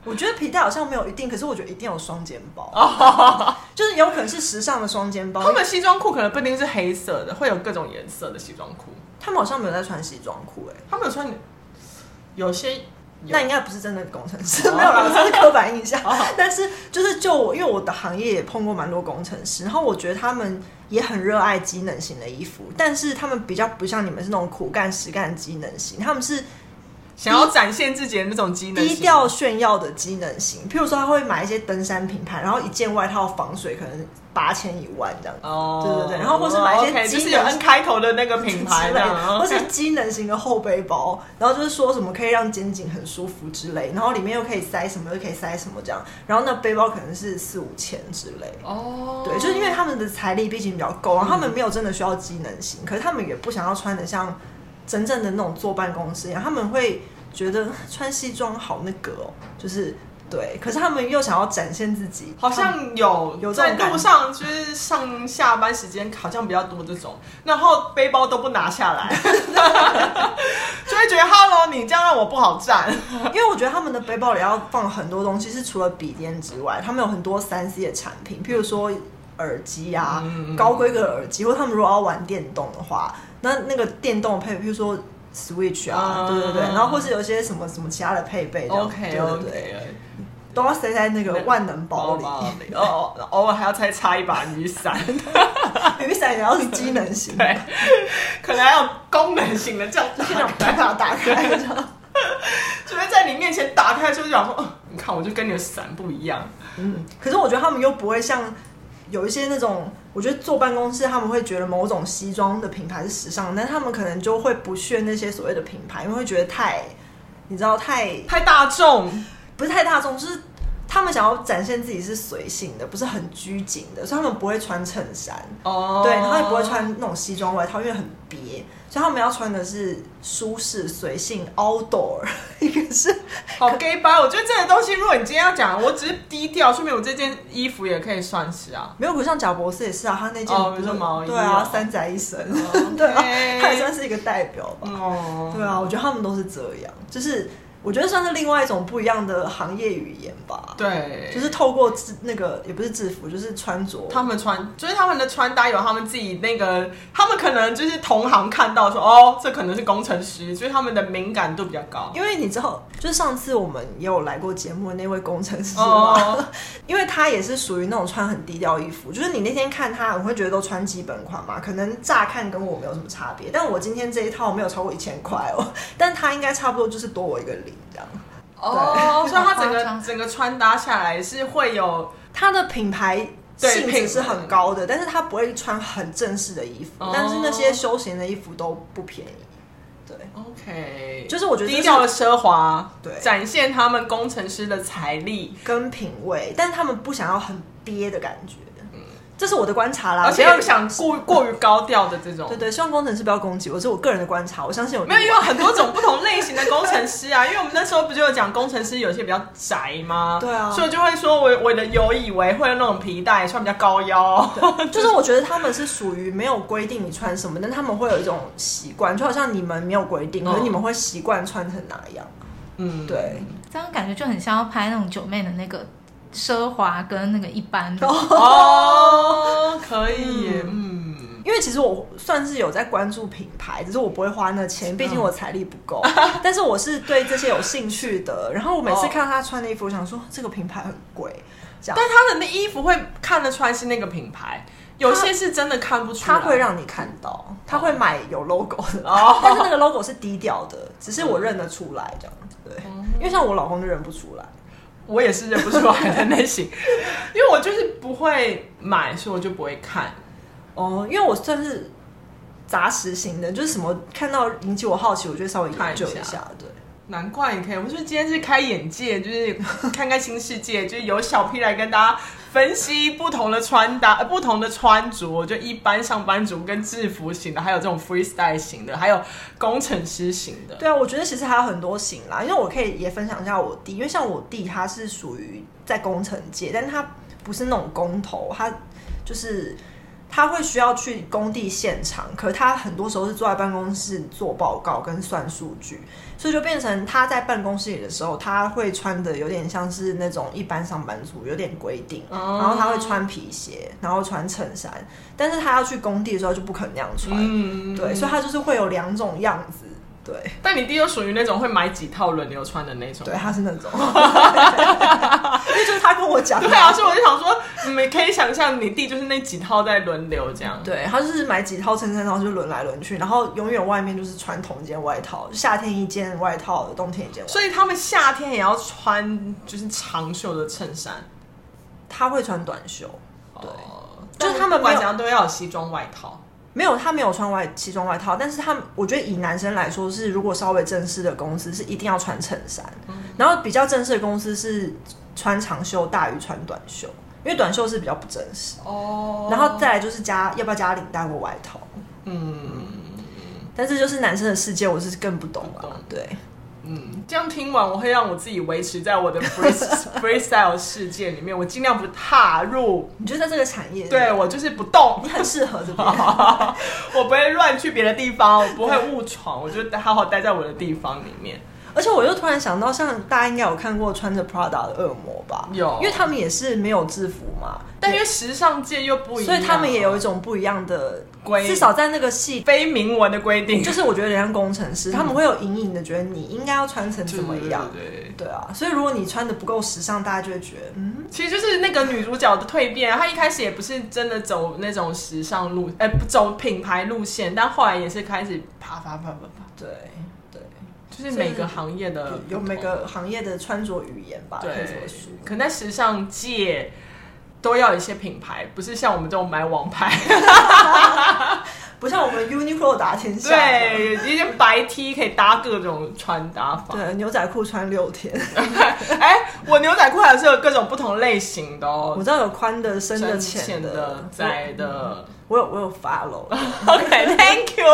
[SPEAKER 2] 我觉得皮带好像没有一定，可是我觉得一定有双肩包， 就是有可能是时尚的双肩包。
[SPEAKER 1] 他们西装裤可能不一定是黑色的，会有各种颜色的西装裤。
[SPEAKER 2] 他们好像没有在穿西装裤、欸，哎，
[SPEAKER 1] 他们有穿有些有
[SPEAKER 2] 那应该不是真的工程师，没有啦，这是刻板印象。但是就是就我，因为我的行业也碰过蛮多工程师，然后我觉得他们也很热爱机能型的衣服，但是他们比较不像你们是那种苦干实干机能型，他们是
[SPEAKER 1] 想要展现自己的那种机能
[SPEAKER 2] 低
[SPEAKER 1] 性
[SPEAKER 2] 调炫耀的机能型。譬如说，他会买一些登山品牌，然后一件外套防水可能八千一万这样子。
[SPEAKER 1] 哦，
[SPEAKER 2] 对对对然后或是买一些
[SPEAKER 1] o k
[SPEAKER 2] 机
[SPEAKER 1] 就
[SPEAKER 2] 能
[SPEAKER 1] 是有 N 开头的那 个品牌
[SPEAKER 2] 之
[SPEAKER 1] 这
[SPEAKER 2] 类
[SPEAKER 1] 样
[SPEAKER 2] 的，或是
[SPEAKER 1] OK
[SPEAKER 2] 机能型的后背包，然后就是说什么可以让肩颈很舒服之类，然后里面又可以塞什么，又可以塞什么这样，然后那背包可能是四五千之类。
[SPEAKER 1] 哦，嗯
[SPEAKER 2] 对，就是因为他们的财力毕竟比较够，然后他们没有真的需要机能型，可是他们也不想要穿的像真正的那种坐办公室一样，他们会觉得穿西装好那个哦，就是对，可是他们又想要展现自己，
[SPEAKER 1] 好像有
[SPEAKER 2] 有这
[SPEAKER 1] 在
[SPEAKER 2] 种感觉
[SPEAKER 1] 路上，就是上下班时间好像比较多这种，然后背包都不拿下来， 就会觉得 Hello，你这样让我不好 站。
[SPEAKER 2] 因为我觉得他们的背包里要放很多东西，是除了笔电之外，他们有很多三 C 的产品，譬如说耳机啊，高规格的耳机，或他们如果要玩电动的话，那那个电动的配，譬如说 Switch 啊，
[SPEAKER 1] 啊
[SPEAKER 2] 对对对，然后或是有一些什么什么其他的配备这样
[SPEAKER 1] OK
[SPEAKER 2] 对对
[SPEAKER 1] OK，,
[SPEAKER 2] 对，都要塞在那个万能包里。
[SPEAKER 1] 里，哦，偶尔还要再插一把雨伞，
[SPEAKER 2] 雨伞也要是机能型的，
[SPEAKER 1] 对，可能还有功能型的这样
[SPEAKER 2] 就那种
[SPEAKER 1] 打开，
[SPEAKER 2] 把它打开这 样。
[SPEAKER 1] 就会在你面前打开，就会想说，哦，你看我就跟你的伞不一样，
[SPEAKER 2] 嗯，可是我觉得他们又不会像有一些那种，我觉得坐办公室他们会觉得某种西装的品牌是时尚，但他们可能就会不屑那些所谓的品牌，因为会觉得太，你知道太
[SPEAKER 1] 太大众，
[SPEAKER 2] 不是太大众，就是他们想要展现自己是随性的，不是很拘谨的，所以他们不会穿衬衫，
[SPEAKER 1] 哦
[SPEAKER 2] 对，然后也不会，穿那种西装外套，因为很憋。所以他们要穿的是舒适、随性、outdoor，一 个是
[SPEAKER 1] 好 gay 吧？我觉得这个东西，如果你今天要讲，我只是低调，说明我这件衣服也可以算是啊。
[SPEAKER 2] 没有，不像贾博士也是啊，他那件
[SPEAKER 1] 哦
[SPEAKER 2] 不
[SPEAKER 1] 你
[SPEAKER 2] 是
[SPEAKER 1] 说毛衣
[SPEAKER 2] 对啊
[SPEAKER 1] 哦，
[SPEAKER 2] 三宅一生，
[SPEAKER 1] OK
[SPEAKER 2] 对啊，他也算是一个代表吧。
[SPEAKER 1] 哦，
[SPEAKER 2] 对啊，我觉得他们都是这样，就是我觉得算是另外一种不一样的行业语言吧，
[SPEAKER 1] 对，
[SPEAKER 2] 就是透过制那个也不是制服，就是穿着。
[SPEAKER 1] 他们穿，就是他们的穿搭有他们自己那个，他们可能就是同行看到说，哦，这可能是工程师，所以他们的敏感度比较高。
[SPEAKER 2] 因为你知道，就是上次我们也有来过节目的那位工程师嘛
[SPEAKER 1] 哦，
[SPEAKER 2] 因为他也是属于那种穿很低调衣服，就是你那天看他，你会觉得都穿基本款嘛，可能乍看跟我没有什么差别，但我今天这一套没有超过一千块哦，但他应该差不多就是多我一个零这样。
[SPEAKER 1] 哦，所以他整
[SPEAKER 3] 好夸
[SPEAKER 1] 个
[SPEAKER 3] 张
[SPEAKER 1] 整个穿搭下来是会有
[SPEAKER 2] 他的品牌
[SPEAKER 1] 对
[SPEAKER 2] 性
[SPEAKER 1] 品
[SPEAKER 2] 质是很高的，但是他不会穿很正式的衣服，
[SPEAKER 1] 哦
[SPEAKER 2] 但是那些休闲的衣服都不便宜。对
[SPEAKER 1] OK，
[SPEAKER 2] 就是我觉得这是
[SPEAKER 1] 低调的奢华，
[SPEAKER 2] 对
[SPEAKER 1] 展现他们工程师的财力，
[SPEAKER 2] 跟品味，但他们不想要很憋的感觉。这是我的观察
[SPEAKER 1] 嗯
[SPEAKER 2] 啦，
[SPEAKER 1] 而且
[SPEAKER 2] 不
[SPEAKER 1] 又
[SPEAKER 2] 要
[SPEAKER 1] 不想过过于高调的这种
[SPEAKER 2] 对。对，希望工程师不要攻击我，这是我个人的观察，我相信有
[SPEAKER 1] 没有，因
[SPEAKER 2] 例
[SPEAKER 1] 为
[SPEAKER 2] 外
[SPEAKER 1] 有很多种不同类型的工程师啊，因 为我们那时候不就有讲工程师有些比较宅吗？
[SPEAKER 2] 对啊
[SPEAKER 1] 所以我就会说我我的有以为会有那种皮带穿比较高 腰，
[SPEAKER 2] 就是我觉得他们是属于没有规定你穿什么，但他们会有一种习惯，就好像你们没有规定，可是
[SPEAKER 1] 嗯
[SPEAKER 2] 你们会习惯穿成哪样？
[SPEAKER 1] 嗯，
[SPEAKER 2] 对，
[SPEAKER 3] 这样感觉就很像要拍那种九妹的那个奢华跟那个一般的。
[SPEAKER 1] 哦，可以耶，嗯，
[SPEAKER 2] 因为其实我算是有在关注品牌，只是我不会花那钱，毕
[SPEAKER 1] 嗯
[SPEAKER 2] 竟我财力不够。但是我是对这些有兴趣的。然后我每次
[SPEAKER 1] 哦
[SPEAKER 2] 看到他穿的衣服，我想说这个品牌很贵，这样
[SPEAKER 1] 但他的那衣服会看得出来是那个品牌，有些是真的看不出来，
[SPEAKER 2] 他会让你看到，他会买有 logo 的，
[SPEAKER 1] 哦
[SPEAKER 2] 但是那个 logo 是低调的，只是我认得出来这样。对，因为像我老公就认不出来。
[SPEAKER 1] 我也是认不出来的类 型，因为我就是不会买，所以我就不会看。
[SPEAKER 2] 哦，因为我算是杂食型的，就是什么看到引起我好奇，我就会稍微研究
[SPEAKER 1] 看一下
[SPEAKER 2] 对，
[SPEAKER 1] 难怪你可以，我说今天是开眼界，就是 看看新世界，就是由小 P 来跟大家分析不同的穿搭、呃不同的穿着，就一般上班族跟制服型的，还有这种 freestyle 型的，还有工程师型的。
[SPEAKER 2] 对啊，我觉得其实还有很多型啦，因为我可以也分享一下我弟，因为像我弟他是属于在工程界，但他不是那种工头，他就是他会需要去工地现场，可他很多时候是坐在办公室做报告跟算数据，所以就变成他在办公室里的时候，他会穿的有点像是那种一般上班族，有点规定，
[SPEAKER 1] 哦
[SPEAKER 2] 然后他会穿皮鞋，然后穿衬衫，但是他要去工地的时候就不肯那样穿，
[SPEAKER 1] 嗯，
[SPEAKER 2] 对，所以他就是会有两种样子。对，
[SPEAKER 1] 但你弟又属于那种会买几套轮流穿的那种。
[SPEAKER 2] 对，他是那 种，因为就是他跟我讲，
[SPEAKER 1] 对啊，所以我就想说，你们可以想象你弟就是那几套在轮流这样。
[SPEAKER 2] 对他就是买几套衬衫，然后就轮来轮去，然后永远外面就是穿同一件外套，夏天一件外套，冬天一件外套，
[SPEAKER 1] 所以他们夏天也要穿就是长袖的衬衫。
[SPEAKER 2] 他会穿短袖，对
[SPEAKER 1] 哦
[SPEAKER 2] 就是
[SPEAKER 1] 但
[SPEAKER 2] 他们
[SPEAKER 1] 不管
[SPEAKER 2] 没有
[SPEAKER 1] 怎样都要有西装外套。
[SPEAKER 2] 没有他没有穿外西装外套，但是他我觉得以男生来说是，如果稍微正式的公司是一定要穿衬衫，
[SPEAKER 1] 嗯
[SPEAKER 2] 然后比较正式的公司是穿长袖大于穿短袖，因为短袖是比较不正式，
[SPEAKER 1] 哦
[SPEAKER 2] 然后再来就是加要不要加领带或外套。
[SPEAKER 1] 嗯
[SPEAKER 2] 但是就是男生的世界，我是更不懂
[SPEAKER 1] 不懂
[SPEAKER 2] 了。对，
[SPEAKER 1] 嗯，这样听完，我会让我自己维持在我的 free- freestyle 世界里面，我尽量不踏入。
[SPEAKER 2] 你就在这个产业，
[SPEAKER 1] 对我就是不动
[SPEAKER 2] 你，很适合这边。
[SPEAKER 1] 我不会乱去别的地方，我不会误闯，我就好好待在我的地方里面。
[SPEAKER 2] 而且我又突然想到，像大家应该有看过穿着 Prada 的恶魔吧？
[SPEAKER 1] 有
[SPEAKER 2] 因为他们也是没有制服嘛，
[SPEAKER 1] 但因为时尚界又不一
[SPEAKER 2] 所
[SPEAKER 1] 样，啊
[SPEAKER 2] 以他们也有一种不一样的
[SPEAKER 1] 规
[SPEAKER 2] 至少在那个戏。
[SPEAKER 1] 非明文的规定，
[SPEAKER 2] 就是我觉得人家工程师，他们会有隐隐的觉得你应该要穿成怎么样，
[SPEAKER 1] 嗯对对对对
[SPEAKER 2] 对啊，所以如果你穿的不够时尚，大家就会觉得，嗯，
[SPEAKER 1] 其实就是那个女主角的蜕变啊，她一开始也不是真的走那种时尚路，哎、不走品牌路线，但后来也是开始啪啪啪啪啪，
[SPEAKER 2] 对对，
[SPEAKER 1] 就是每个行业的
[SPEAKER 2] 有
[SPEAKER 1] 呃不同
[SPEAKER 2] 每个行业的穿着语言吧，可以这么
[SPEAKER 1] 对
[SPEAKER 2] 说。，
[SPEAKER 1] 可能在时尚界都要有一些品牌，不是像我们这种买网 拍，
[SPEAKER 2] 不像我们 Uniqlo 打天下，
[SPEAKER 1] 对，一些白 T 可以搭各种穿搭法。
[SPEAKER 2] 对，牛仔裤穿六天，
[SPEAKER 1] 哎、我牛仔裤还是有各种不同类型的
[SPEAKER 2] 我
[SPEAKER 1] 哦，
[SPEAKER 2] 知道有宽的、深的、
[SPEAKER 1] 深
[SPEAKER 2] 浅
[SPEAKER 1] 浅的、窄的。
[SPEAKER 2] 我有我有 follow，
[SPEAKER 1] OK，Thank、you。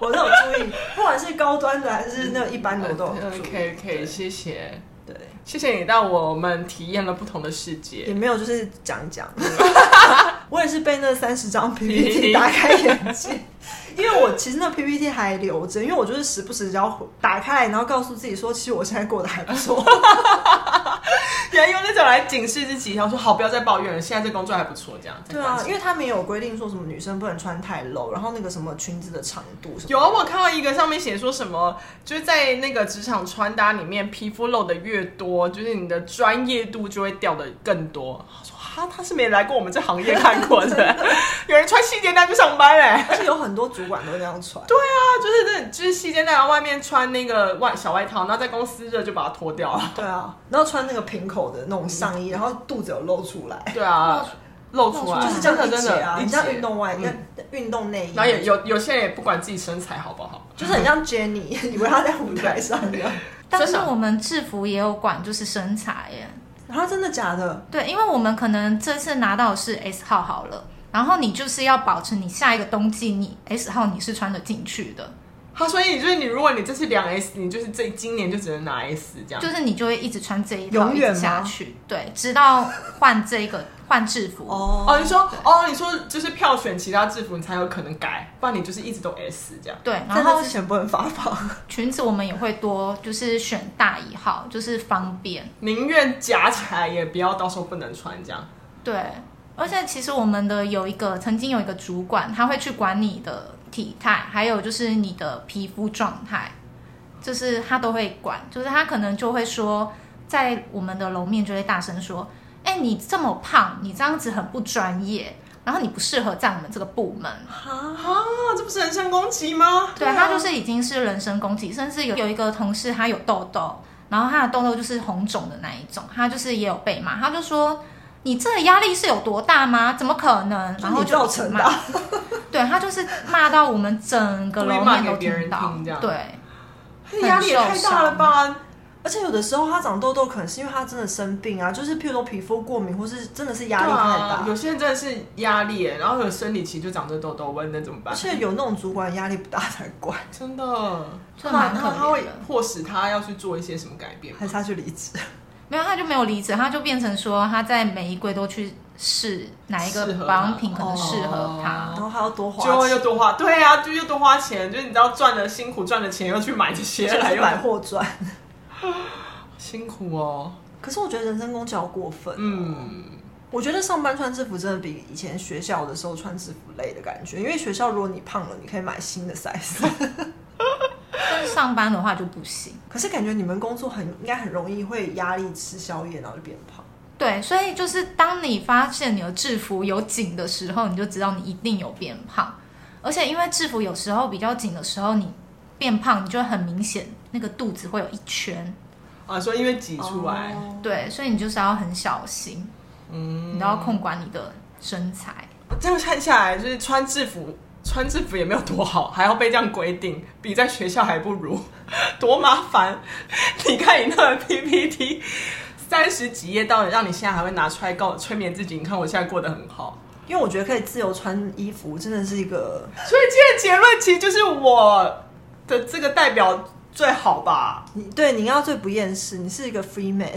[SPEAKER 2] 我都有注意， 不管是高端的还是那种一般的，我都有注意。
[SPEAKER 1] OK OK，谢谢，
[SPEAKER 2] 对，
[SPEAKER 1] 谢谢你让我们体验了不同的世
[SPEAKER 2] 也
[SPEAKER 1] 界。
[SPEAKER 2] 没有就是讲 讲。我也是被那三十张 PPT 打开眼界，因为我其实那 PPT 还留着，因为我就是时不时就要打开来，然后告诉自己说，其实我现在过得还不 错。
[SPEAKER 1] 原来用那种来警示自己，然后说好，不要再抱怨了，现在这工作还不错，这样。
[SPEAKER 2] 对啊，因为他们也有规定说什么女生不能穿太露，然后那个什么裙子的长度什么的。
[SPEAKER 1] 有啊，我看到一个上面写说什么，就是在那个职场穿搭里面，皮肤露的越多，就是你的专业度就会掉的更多。他说哈，他是没来过我们这行业看过 的，有人穿细肩带去上班嘞、
[SPEAKER 2] 而且有很多主管都这样穿。
[SPEAKER 1] 对啊，就是这就是细肩带，然后外面穿那个外小外套，然后在公司热就把它脱掉了。
[SPEAKER 2] 对啊，然后穿那个平口的那种上衣，然后肚子有露出来，
[SPEAKER 1] 对啊，露出来，
[SPEAKER 2] 就是这样
[SPEAKER 1] 真
[SPEAKER 2] 一
[SPEAKER 1] 的真
[SPEAKER 2] 截啊，
[SPEAKER 1] 的，
[SPEAKER 2] 你
[SPEAKER 1] 一
[SPEAKER 2] 像
[SPEAKER 1] 截
[SPEAKER 2] 运动外，那
[SPEAKER 1] 嗯
[SPEAKER 2] 运动内衣，
[SPEAKER 1] 然后也有有些人也不管自己身材好不好，
[SPEAKER 2] 就是很像 Jenny，以为她在舞台上 一样。
[SPEAKER 3] 但
[SPEAKER 1] 真
[SPEAKER 3] 是
[SPEAKER 1] 的啊
[SPEAKER 3] 我们制服也有管，就是身材耶。
[SPEAKER 2] 然后真的假的？
[SPEAKER 3] 对，因为我们可能这次拿到的是 S 号好了，然后你就是要保持你下一个冬季你 S 号你是穿得进去的，
[SPEAKER 1] 他所以你就是你，如果你这是两 S，你就是这今年就只能拿 S 这样。
[SPEAKER 3] 就是你就会一直穿这一套
[SPEAKER 2] 永远
[SPEAKER 3] 一直
[SPEAKER 2] 吗
[SPEAKER 3] 下去，对，直到换这个换制服。
[SPEAKER 1] 哦，
[SPEAKER 2] 哦，
[SPEAKER 1] 你说哦，你说就是票选其他制服，你才有可能改，不然你就是一直都 S 这样。
[SPEAKER 3] 对，
[SPEAKER 2] 在
[SPEAKER 3] 然
[SPEAKER 2] 那
[SPEAKER 3] 后
[SPEAKER 2] 之前不能发胖，
[SPEAKER 3] 裙子我们也会多，就是选大一号，就是方便。
[SPEAKER 1] 宁愿夹起来也不要到时候不能穿这样。
[SPEAKER 3] 对，而且其实我们的有一个曾经有一个主管，他会去管你的体态，还有就是你的皮肤状态，就是他都会管，就是他可能就会说，在我们的楼面就会大声说：“哎、你这么胖，你这样子很不专业。”然后你不适合在我们这个部门。
[SPEAKER 1] 啊，这不是人身攻击吗？啊
[SPEAKER 3] 对，啊他就是已经是人身攻击，甚至有有一个同事他有痘痘，然后他的痘痘就是红肿的那一种，他就是也有被骂，他就说你这压力是有多大吗？怎么可能？然后
[SPEAKER 2] 你
[SPEAKER 3] 就
[SPEAKER 2] 造
[SPEAKER 3] 一直
[SPEAKER 2] 成的
[SPEAKER 3] 骂，对他就是骂到我们整个
[SPEAKER 1] 故意
[SPEAKER 3] 楼
[SPEAKER 1] 骂
[SPEAKER 3] 面
[SPEAKER 1] 给
[SPEAKER 3] 都
[SPEAKER 1] 别人
[SPEAKER 3] 听到
[SPEAKER 1] 听这，样
[SPEAKER 3] 对，
[SPEAKER 1] 他压力也太大了吧？
[SPEAKER 2] 而且有的时候他长痘痘，可能是因为他真的生病啊，就是譬如说皮肤过敏，或是真的是压力太大。
[SPEAKER 1] 对啊有些人真的是压力耶，然后有生理期就长这痘痘纹，那怎么办
[SPEAKER 2] 而？且有那种主管压力不大才怪，
[SPEAKER 1] 真的，
[SPEAKER 3] 这
[SPEAKER 1] 那
[SPEAKER 3] 蛮
[SPEAKER 1] 他
[SPEAKER 3] 可
[SPEAKER 1] 他会
[SPEAKER 3] 怜的。
[SPEAKER 1] 迫使他要去做一些什么改变吗
[SPEAKER 2] 还？是他去离职。
[SPEAKER 3] 没有，他就没有离职，他就变成说他在每一柜都去试哪一个
[SPEAKER 1] 适合他
[SPEAKER 3] 保养品可能适合
[SPEAKER 1] 哦
[SPEAKER 3] 他。
[SPEAKER 2] 然后还要多花
[SPEAKER 1] 就
[SPEAKER 2] 钱
[SPEAKER 1] 又，多花，对啊，就又多花钱，就是你知道赚了辛苦赚了钱，又去买这些
[SPEAKER 2] 就
[SPEAKER 1] 来
[SPEAKER 2] 是
[SPEAKER 1] 用，
[SPEAKER 2] 百货赚。
[SPEAKER 1] 辛苦哦。
[SPEAKER 2] 可是我觉得人身攻击好过分、嗯，
[SPEAKER 1] 嗯，
[SPEAKER 2] 我觉得上班穿制服真的比以前学校的时候穿制服累的感觉，因为学校如果你胖了，你可以买新的 size。
[SPEAKER 3] 但是上班的话就不行。
[SPEAKER 2] 可是感觉你们工作很应该很容易会压力吃宵夜，然后就变胖。
[SPEAKER 3] 对，所以就是当你发现你的制服有紧的时候，你就知道你一定有变胖。而且因为制服有时候比较紧的时候，你变胖，你就会很明显那个肚子会有一圈。
[SPEAKER 1] 啊，说因为挤出来，
[SPEAKER 2] 哦
[SPEAKER 3] 对，所以你就是要很小心，
[SPEAKER 1] 嗯，
[SPEAKER 3] 你都要控管你的身材。
[SPEAKER 1] 这样看下来，就是穿制服，穿制服也没有多好，还要被这样规定，比在学校还不如，多麻烦！你看你那个 PPT，三十几页到底让你现在还会拿出来告催眠自己，你看我现在过得很好。
[SPEAKER 2] 因为我觉得可以自由穿衣服，真的是一个
[SPEAKER 1] 所以今天的结论其实就是我的这个代表最好吧。
[SPEAKER 2] 你对你要最不厌世，你是一个 free man。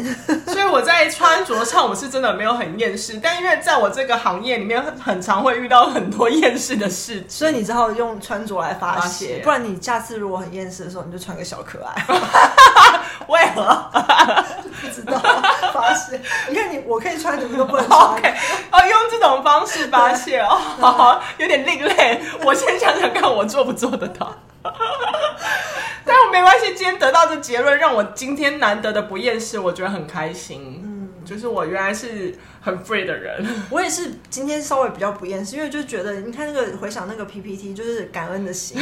[SPEAKER 1] 所以我在穿着上，我是真的没有很厌世，但因为在我这个行业里面，很很常会遇到很多厌世的事情。
[SPEAKER 2] 所以你只好用穿着来发
[SPEAKER 1] 发
[SPEAKER 2] 泄
[SPEAKER 1] 泄，
[SPEAKER 2] 不然你下次如果很厌世的时候，你就穿个小可爱，
[SPEAKER 1] 为何？
[SPEAKER 2] 不知道 发泄。你看你，我可以穿，你们都不能 穿。
[SPEAKER 1] OK，哦，用这种方式发泄 哦，好好，有点另类。我先想想看，我做不做得到。 但我没关系，今天得到这结论，让我今天难得的不厌世，我觉得很开心。嗯，就是我原来是很 free 的人，
[SPEAKER 2] 我也是今天稍微比较不厌世，因为就觉得你看那个回想那个 PPT，就是感恩的心。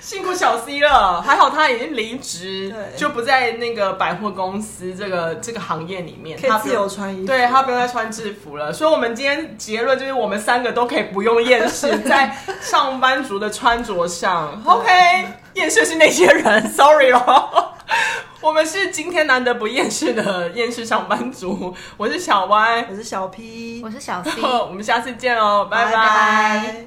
[SPEAKER 1] 辛苦小 C 了。还好他已经离职，
[SPEAKER 2] 对
[SPEAKER 1] 就不在那个百货公司这个这个行业里面，
[SPEAKER 2] 可以
[SPEAKER 1] 他不
[SPEAKER 2] 自由穿衣服，
[SPEAKER 1] 对他不用再穿制服了，所以我们今天结论就是，我们三个都可以不用厌世，在上班族的穿着 上，OK，厌世是那些人，sorry 咯。 我们是今天难得不厌世的厌世上班族，我是小歪
[SPEAKER 2] 我，是小 P，
[SPEAKER 3] 我是小 C，
[SPEAKER 1] 我们下次见哦，拜
[SPEAKER 2] 拜拜